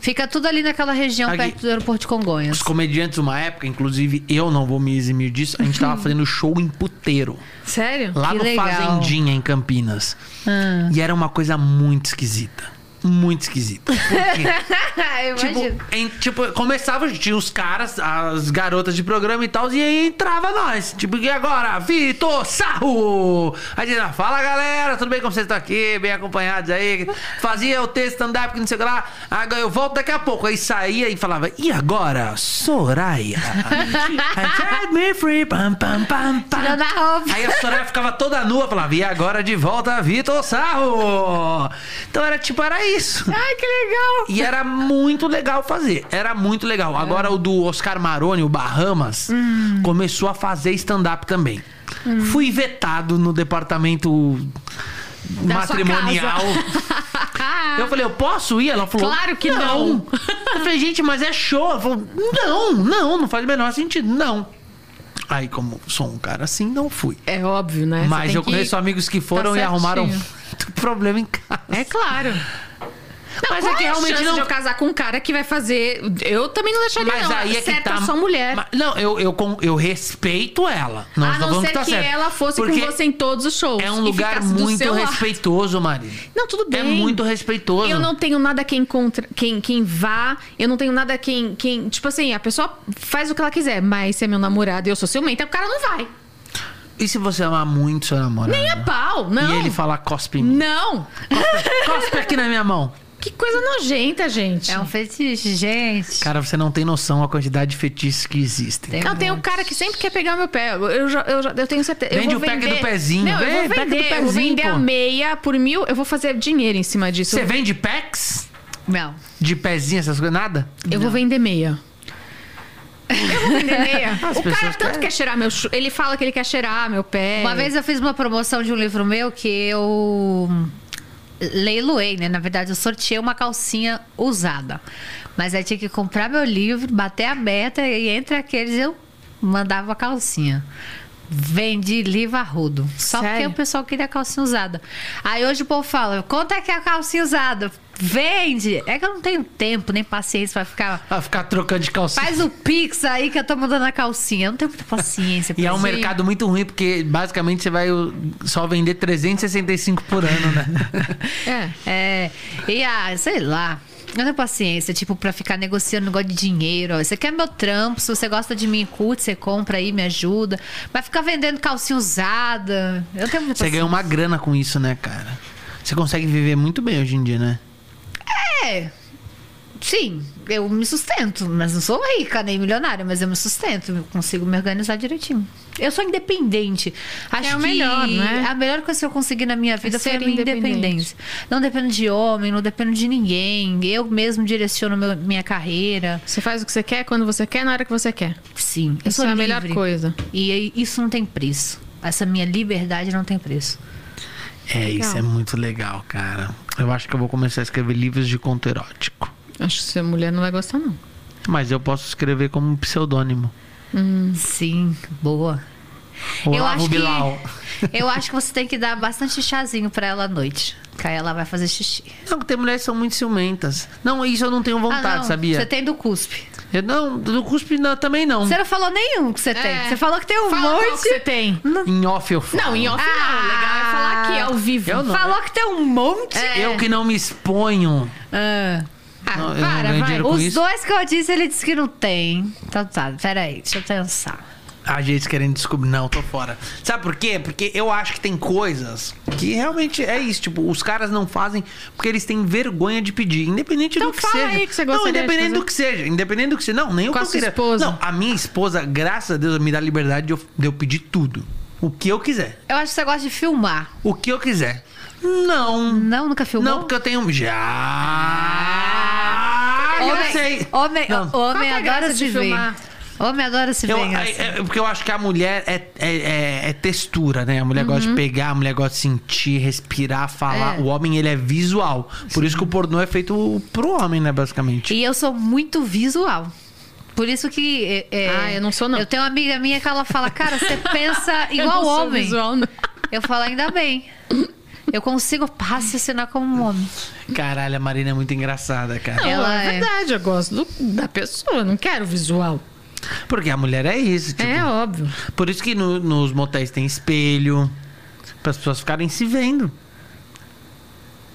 C: Fica tudo ali naquela região,
A: Aqui.
C: perto do aeroporto de Congonhas.
A: Os comediantes, de uma época, inclusive eu não vou me eximir disso, a gente tava fazendo show em puteiro.
B: Sério?
A: Lá
C: Que
A: no
C: legal.
A: Fazendinha, em Campinas.
C: Ah.
A: E era uma coisa muito esquisita. Muito esquisita. Por quê?
C: Eu
A: Tipo,
C: Ah, imagino.
A: em- tipo, começava, tinha os caras, as garotas de programa e tal, e aí entrava nós. Tipo, e agora? Vitor Sarro! Aí dizia, fala galera, tudo bem como vocês estão aqui? Bem acompanhados aí? Fazia o texto stand-up, que não sei o que lá. Agora eu volto daqui a pouco. Aí saía e falava, e agora? Soraya. Set me free, pam, pam, pam, pam.
C: Tirando a roupa.
A: Aí a Soraya ficava toda nua, falava, e agora de volta, Vitor Sarro! Então era tipo, era isso.
B: Ai, que legal!
A: E era muito legal fazer. Era muito legal. Agora o do Oscar Maroni, o Bahamas,
B: Hum.
A: começou a fazer stand-up também. Fui vetado no departamento
B: Da sua
A: matrimonial. Eu falei, eu posso ir? Ela falou.
B: Claro que não.
A: Eu falei, gente, mas é show. Ela falou, não, não, não faz o menor sentido. Não. Aí, como sou um cara assim, não fui.
B: É óbvio, né? Você
A: Mas
B: tem
A: eu
B: que- tá
A: conheço amigos que foram e
B: certinho.
A: arrumaram muito problema em casa.
B: É claro.
A: mas é
B: Qual
A: que
B: a
A: realmente
B: chance
A: não
B: de eu casar com um cara que vai fazer. Eu também não deixaria,
A: Mas
B: não.
A: aí é que
B: certo,
A: tá.
B: eu sou mulher.
A: Ma- Não, eu, eu, con- eu respeito ela. Não,
B: a
A: estou
B: não
A: falando
B: ser
A: que, tá
B: que
A: certo.
B: ela fosse
A: Porque
B: com você em todos os shows.
A: É um
B: e
A: lugar
B: ficasse do
A: muito
B: seu lado.
A: respeitoso, Mari.
B: Não, tudo bem.
A: É muito respeitoso.
B: Eu não tenho nada quem contra, quem, quem vá, eu não tenho nada quem, quem. Tipo assim, a pessoa faz o que ela quiser, mas se é meu namorado e eu sou ciumenta, o cara não vai.
A: E se você amar muito seu namorado?
B: Nem a pau, não.
A: Ah. E ele falar cospe em mim.
B: Não!
A: Cospe aqui na minha mão.
B: Que coisa nojenta, gente.
C: É um fetiche, gente.
A: Cara, você não tem noção a quantidade de fetiches que existem.
C: Tem
B: Não, tem um cara que sempre quer pegar meu pé. Eu, já, eu, já, eu tenho certeza.
A: Vende
B: eu
A: o
B: vou
A: pack
B: vender.
A: do pezinho.
B: Não,
A: Vem,
B: eu vou
A: pack do
B: vender, eu vou
A: pezinho,
B: vender
A: pô.
B: a meia por mil. Eu vou fazer dinheiro em cima disso.
A: Você vende packs?
C: Não.
A: De pezinho, essas coisas? Nada?
B: Eu vou vender meia. Eu vou vender meia. o cara
A: pessoas
B: tanto
A: querem.
B: quer cheirar meu... chu- Ele fala que ele quer cheirar meu pé.
A: É.
C: Uma vez eu fiz uma promoção de um livro meu que eu leiloei, né? Na verdade, eu sorteei uma calcinha usada. Mas aí tinha que comprar meu livro, bater a meta e entre aqueles eu mandava a calcinha. Vendi livro a rodo. Só
B: Sério?
C: porque o pessoal queria a calcinha usada. Aí hoje o povo fala: quanto é que é a calcinha usada? Vende! É que eu não tenho tempo nem paciência pra ficar.
A: Vai ficar trocando de calcinha.
C: Faz o pix aí que eu tô mandando a calcinha. Eu não tenho muita paciência.
A: E é
C: pra
A: um
C: isso.
A: mercado muito ruim, porque basicamente você vai uh, só vender 365 por ano, né?
B: É.
C: É, e ah, sei lá. Eu não tenho paciência, tipo, pra ficar negociando negócio de dinheiro. Ó. Você quer meu trampo, se você gosta de mim, curte, você compra aí, me ajuda. Mas ficar vendendo calcinha usada. Eu não tenho muita
A: Você
C: paciência.
A: ganha uma grana com isso, né, cara? Você consegue viver muito bem hoje em dia, né?
C: É. Sim, eu me sustento, mas não sou rica nem milionária, mas eu me sustento, eu consigo me organizar direitinho. Eu sou independente. Acho
B: é o melhor,
C: que
B: né?
C: a melhor coisa que eu consegui na minha vida foi a
B: ser
C: minha
B: independente.
C: independência. Não dependo de homem, não dependo de ninguém. Eu mesmo direciono meu- minha carreira.
B: Você faz o que você quer, quando você quer, na hora que você quer.
C: Sim, eu
B: Isso
C: sou
B: é a
C: livre.
B: melhor coisa.
C: E aí, isso não tem preço. Essa minha liberdade não tem preço.
A: É, isso é muito legal, cara. Eu acho que eu vou começar a escrever livros de conto erótico.
B: Acho que sua mulher não vai gostar, não.
A: Mas eu posso escrever como um pseudônimo.
C: Sim, boa.
A: Olavo
C: acho que-
A: Bilal.
C: eu acho que você tem que dar bastante chazinho pra ela à noite. Que aí ela vai fazer xixi.
A: Não, tem mulheres que são muito ciumentas. Não, isso eu não tenho vontade,
C: Ah, não,
A: sabia?
C: Você tem do cuspe.
A: Eu não, do cuspe não, também não.
C: Você não falou nenhum que você tem. Você falou que tem
B: Hum.
C: um
B: É. Fala qual que
C: monte.
B: você tem.
A: Em off eu falo.
B: Não, em off não. O legal é falar aqui, ao vivo. É.
A: Eu não.
C: Falou que tem um monte.
A: Eu que não me exponho.
C: Ah.
B: Ah,
A: Não, eu não
B: para,
A: ganho
B: vai.
A: dinheiro. com
C: Os
A: isso?
C: dois que eu disse, ele disse que não tem. Então tá, peraí, deixa eu pensar.
A: A gente querendo descobrir. Não, tô fora. Sabe por quê? Porque eu acho que tem coisas que realmente é isso. Tipo, os caras não fazem porque eles têm vergonha de pedir. Independente
B: Então
A: do que
B: fala
A: seja.
B: aí que você
A: não,
B: gostaria de
A: independente
B: fazer.
A: do que seja. Independente do que seja. Não, nem o que
B: Com a
A: eu
B: sua
A: queria.
B: esposa.
A: Não, a minha esposa, graças a Deus, me dá liberdade de eu, de eu pedir tudo. O que eu quiser.
C: Eu acho que você gosta de filmar.
A: O que eu quiser. Não.
C: Não, nunca filmou?
A: Não, porque eu tenho. Já.
C: Homem,
A: eu sei.
C: homem,
A: Não.
C: homem
B: Qual que é a
C: adora
B: graça
C: se
B: de
C: ver.
B: filmar?
C: Homem adora se
A: Eu,
C: vingar.
A: é- é- porque eu acho que a mulher é, é- é- é textura, né? A mulher gosta de pegar, a mulher gosta de sentir, respirar, falar.
C: Uhum. É.
A: O homem, ele é visual. Por isso que o pornô é feito pro homem, né? Basicamente.
C: E eu sou muito visual. Por isso que. é, é,
B: Ah, eu não sou, não.
C: Eu tenho uma amiga minha que ela fala, cara, você pensa
B: Eu não
C: igual
B: sou
C: homem.
B: visual, não.
C: Eu falo, ainda bem. Eu consigo raciocinar como um homem.
A: Caralho, a Marina é muito engraçada, cara.
B: Não,
C: Ela
B: é
C: é-
B: verdade, eu gosto do- da pessoa, não quero visual.
A: Porque a mulher é isso, tipo.
B: é óbvio.
A: Por isso que no- nos motéis tem espelho. Para as pessoas ficarem se vendo.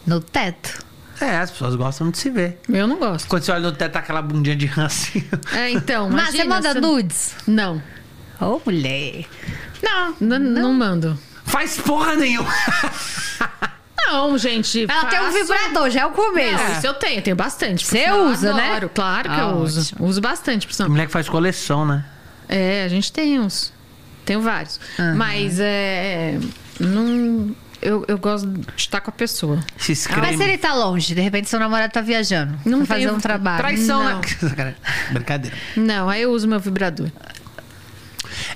C: No teto.
A: É, as pessoas gostam de se ver.
B: Eu não gosto.
A: Quando você olha no teto, tá aquela bundinha de rã assim.
B: É, então,
C: Mas
B: imagina,
C: você manda
B: se-
C: nudes?
B: Não.
C: Ô, mulher.
B: Não, não, mando.
A: Faz porra nenhuma.
B: Não, gente.
C: Ela tem um
B: faço-
C: vibrador, já é o começo.
B: Não, isso eu tenho, eu tenho bastante.
C: Você
B: porque eu
C: usa, né?
B: adoro, Claro que
C: Ah,
B: eu uso. Uso bastante, por
A: A
B: sinal.
A: mulher que faz coleção, né?
B: É, a gente tem uns. Tenho vários.
C: Aham.
B: Mas é. Não. Eu, eu gosto de estar com a pessoa.
A: Se
C: Mas
A: escreve.
C: se ele tá longe, de repente seu namorado tá viajando.
B: Não
C: Não fazer
B: tenho-
C: um trabalho.
A: Traição,
B: Não.
A: né? Sacanagem. Brincadeira.
B: Não, aí eu uso meu vibrador.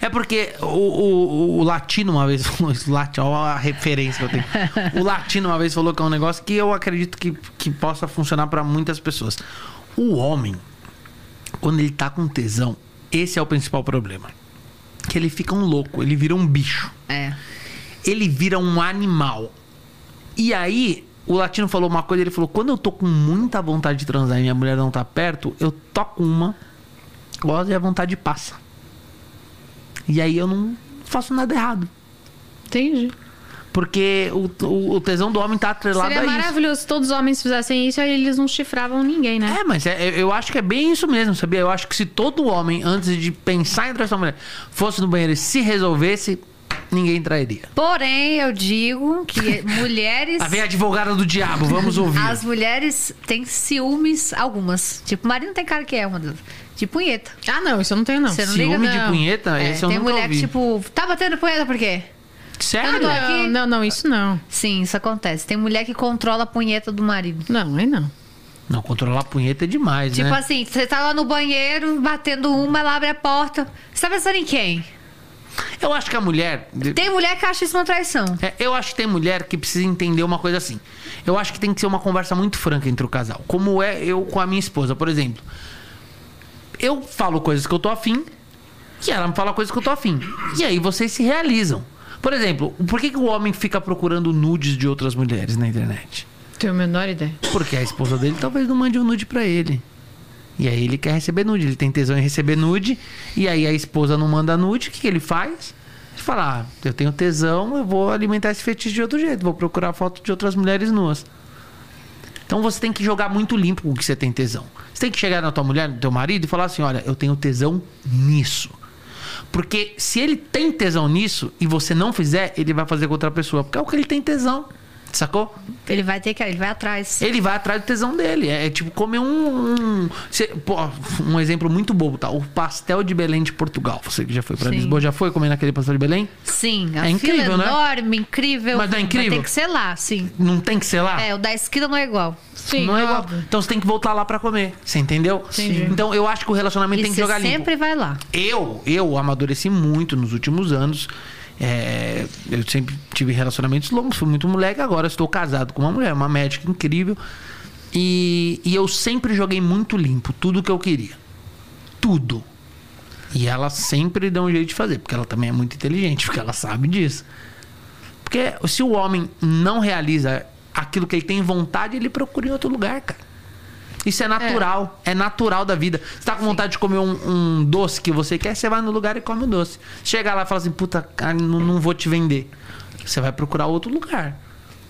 A: É porque o, o- o latino uma vez falou isso, latino, olha a referência que eu tenho. O latino uma vez falou que é um negócio que eu acredito que, que possa funcionar pra muitas pessoas. O homem, quando ele tá com tesão, esse é o principal problema. Que ele fica um louco, ele vira um bicho.
C: É.
A: Ele vira um animal. E aí, o latino falou uma coisa, ele falou: quando eu tô com muita vontade de transar e minha mulher não tá perto, eu toco uma, gosto e a vontade passa. E aí eu não faço nada errado.
B: Entendi.
A: Porque o, o- o tesão do homem tá atrelado
B: Seria
A: a isso.
B: maravilhoso se todos os homens fizessem isso, aí eles não chifravam ninguém, né?
A: É, mas é- eu- eu acho que é bem isso mesmo, sabia? Eu acho que se todo homem, antes de pensar em trair sua mulher, fosse no banheiro e se resolvesse, ninguém trairia.
C: Porém, eu digo que mulheres.
A: Lá vem a advogada do diabo, vamos ouvir.
C: As mulheres têm ciúmes, algumas. Tipo, Marina tem cara que é uma delas. De punheta.
B: Ah, não, isso eu não tenho, não.
C: Você não
A: Ciúme
C: liga,
A: de
C: não.
A: punheta?
C: É,
A: Ah, Esse eu
C: tem
A: nunca
C: mulher
A: ouvi.
C: que, tipo, tá batendo punheta por quê?
B: tá
A: Sério?
C: Eu não-
B: Ah, Não, não, não, isso não.
C: Sim, isso acontece. Tem mulher que controla a punheta do marido.
B: Não, aí não.
A: Não, controlar a punheta é demais,
C: Tipo
A: né?
C: assim, você tá lá no banheiro, batendo uma, ela abre a porta. Você tá pensando em quem?
A: Eu acho que a mulher.
C: Tem mulher que acha isso uma traição.
A: É, eu acho que tem mulher que precisa entender uma coisa assim. Eu acho que tem que ser uma conversa muito franca entre o casal. Como é eu com a minha esposa, por exemplo. Eu falo coisas que eu tô afim e ela me fala coisas que eu tô afim. E aí vocês se realizam. Por exemplo, por que, que o homem fica procurando nudes de outras mulheres na internet?
B: Tenho a menor ideia.
A: Porque a esposa dele talvez não mande um nude pra ele. E aí ele quer receber nude, ele tem tesão em receber nude, e aí a esposa não manda nude, o que, que ele faz? Ele fala, ah, eu tenho tesão, eu vou alimentar esse fetiche de outro jeito, vou procurar foto de outras mulheres nuas. Então você tem que jogar muito limpo com o que você tem tesão. Você tem que chegar na tua mulher, no teu marido e falar assim, olha, eu tenho tesão nisso. Porque se ele tem tesão nisso e você não fizer, ele vai fazer com outra pessoa, porque é o que ele tem tesão, sacou?
C: Ele vai ter que. Ele vai atrás.
A: Ele vai atrás do tesão dele. É, é tipo comer um. Um, cê- pô, um exemplo muito bobo, tá? O pastel de Belém de Portugal. Você que já foi pra
C: Sim.
A: Lisboa, já foi comer naquele pastel de Belém?
C: Sim,
A: É
C: a fila
A: incrível, né?
C: enorme, incrível.
A: Mas não é incrível? Ah.
C: Tem que ser lá, sim.
A: Não tem que ser lá?
C: É, o da esquina não é igual.
B: Sim,
A: não é igual.
B: óbvio.
A: Então você tem que voltar lá pra comer. Você entendeu?
B: Entendi.
A: Então eu acho que o relacionamento
C: E
A: tem que
C: você
A: jogar limpo.
C: sempre vai lá.
A: Eu, eu amadureci muito nos últimos anos. É, eu sempre tive relacionamentos longos, fui muito moleque. Agora estou casado com uma mulher, uma médica incrível. E, e eu sempre joguei muito limpo, tudo que eu queria. Tudo. E ela sempre dá um jeito de fazer, porque ela também é muito inteligente, porque ela sabe disso. Porque se o homem não realiza aquilo que ele tem vontade, ele procura em outro lugar, cara. Isso é natural. É, natural da vida. Você tá com vontade de comer um, um doce que você quer, você vai no lugar e come o doce. Chega lá e fala assim, puta, cara, não, não vou te vender. Você vai procurar outro lugar.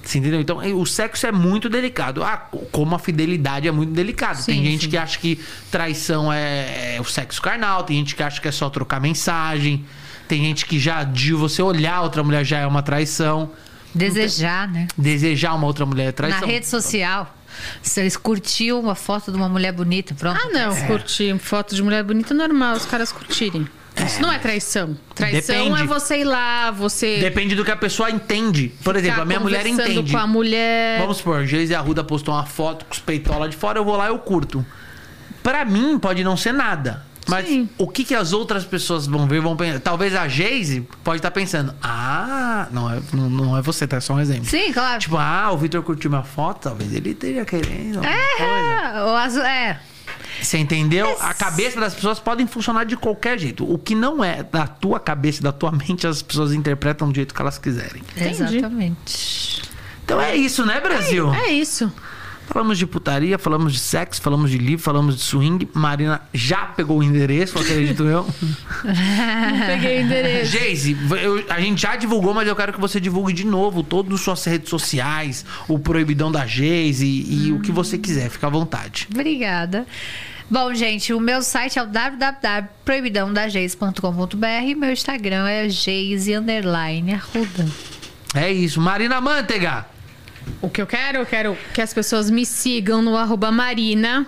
A: Você entendeu? Então, eh, o sexo é muito delicado. Ah, co- como a fidelidade é muito delicada. tem
B: Sim,
A: gente
B: sim.
A: que acha que traição é, é o sexo carnal, tem gente que acha que é só trocar mensagem, tem gente que já de você olhar outra mulher já é uma traição,
C: Desejar, né?
A: desejar uma outra mulher é
C: Na
A: traição.
C: rede social. Se eles curtiam uma foto de uma mulher bonita, pronto.
B: Ah, não,
A: É.
B: curtir foto de mulher bonita é normal, os caras curtirem. Isso não é traição. Traição
A: Depende.
B: é você ir lá, você.
A: Depende do que a pessoa entende. Por exemplo,
B: ficar
A: a minha mulher
B: conversando
A: entende.
B: com a mulher.
A: Vamos supor, Geise Arruda postou uma foto com os peitola de fora, eu vou lá e eu curto. Pra mim, pode não ser nada. Mas
B: Sim.
A: o que, que as outras pessoas vão ver? Vão pensar? Talvez a Geise pode estar pensando. Ah, não é, não, não é você, tá? É só um exemplo.
C: Sim, claro.
A: Tipo, ah, o Vitor curtiu minha foto, talvez ele esteja querendo. alguma coisa.
C: é, o azul, é.
A: Você entendeu? A cabeça das pessoas podem funcionar de qualquer jeito. O que não é da tua cabeça, e da tua mente, as pessoas interpretam do jeito que elas quiserem.
B: Entendi.
C: Exatamente.
A: Então é isso, né, Brasil?
B: É isso.
A: Falamos de putaria, falamos de sexo, falamos de livro, falamos de swing. Marina já pegou o endereço, acredito eu.
B: Peguei o endereço.
A: Geise, eu- a gente já divulgou, mas eu quero que você divulgue de novo todas as suas redes sociais, o proibidão da Geise e o que você quiser. Fica à vontade.
C: Obrigada. Bom, gente, o meu site é o www.proibidãodageis.com.br e meu Instagram é geise underline arruda.
A: É isso. Marina Manteiga.
B: O que eu quero, eu quero que as pessoas me sigam no arroba Marina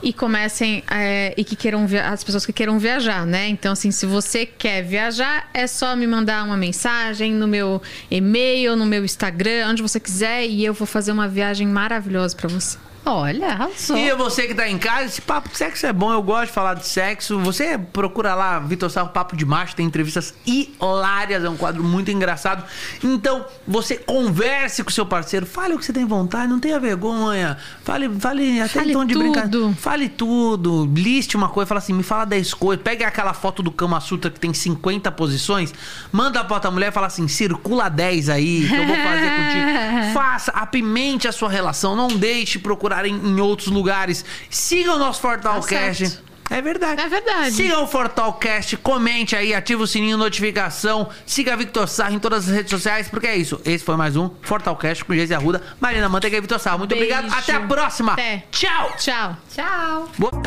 B: e comecem é, e que queiram via- as pessoas que queiram viajar, né? Então, assim, se você quer viajar, é só me mandar uma mensagem no meu e-mail, no meu Instagram, onde você quiser, e eu vou fazer uma viagem maravilhosa pra você.
C: Olha, arrasou.
A: E você que tá em casa, esse papo de sexo é bom, eu gosto de falar de sexo. Você procura lá, Vitor Sarro, Papo de Macho, tem entrevistas hilárias, é um quadro muito engraçado. Então, você converse com seu parceiro, fale o que você tem vontade, não tenha vergonha. Fale, fale até
B: Fale
A: em tom de
B: tudo.
A: brincadeira. Fale tudo, liste uma coisa, fala assim, me fala 10 coisas. Pegue aquela foto do Kama Sutra que tem 50 posições, manda pra outra mulher e fala assim, circula 10 aí, que eu vou fazer contigo. Faça, apimente a sua relação, não deixe procurarem em outros lugares. Siga o nosso Fortalcast.
B: Tá
A: é verdade.
B: É verdade.
A: Siga o Fortalcast, comente aí, ativa o sininho de notificação, siga a Victor Sarro em todas as redes sociais, porque é isso. Esse foi mais um Fortalcast com Geise Arruda, Marina Manteiga e Vitor Sarro. Muito
B: Beijo.
A: obrigado, até a próxima.
B: Até.
A: Tchau.
B: Tchau!
C: Tchau.
A: Boa-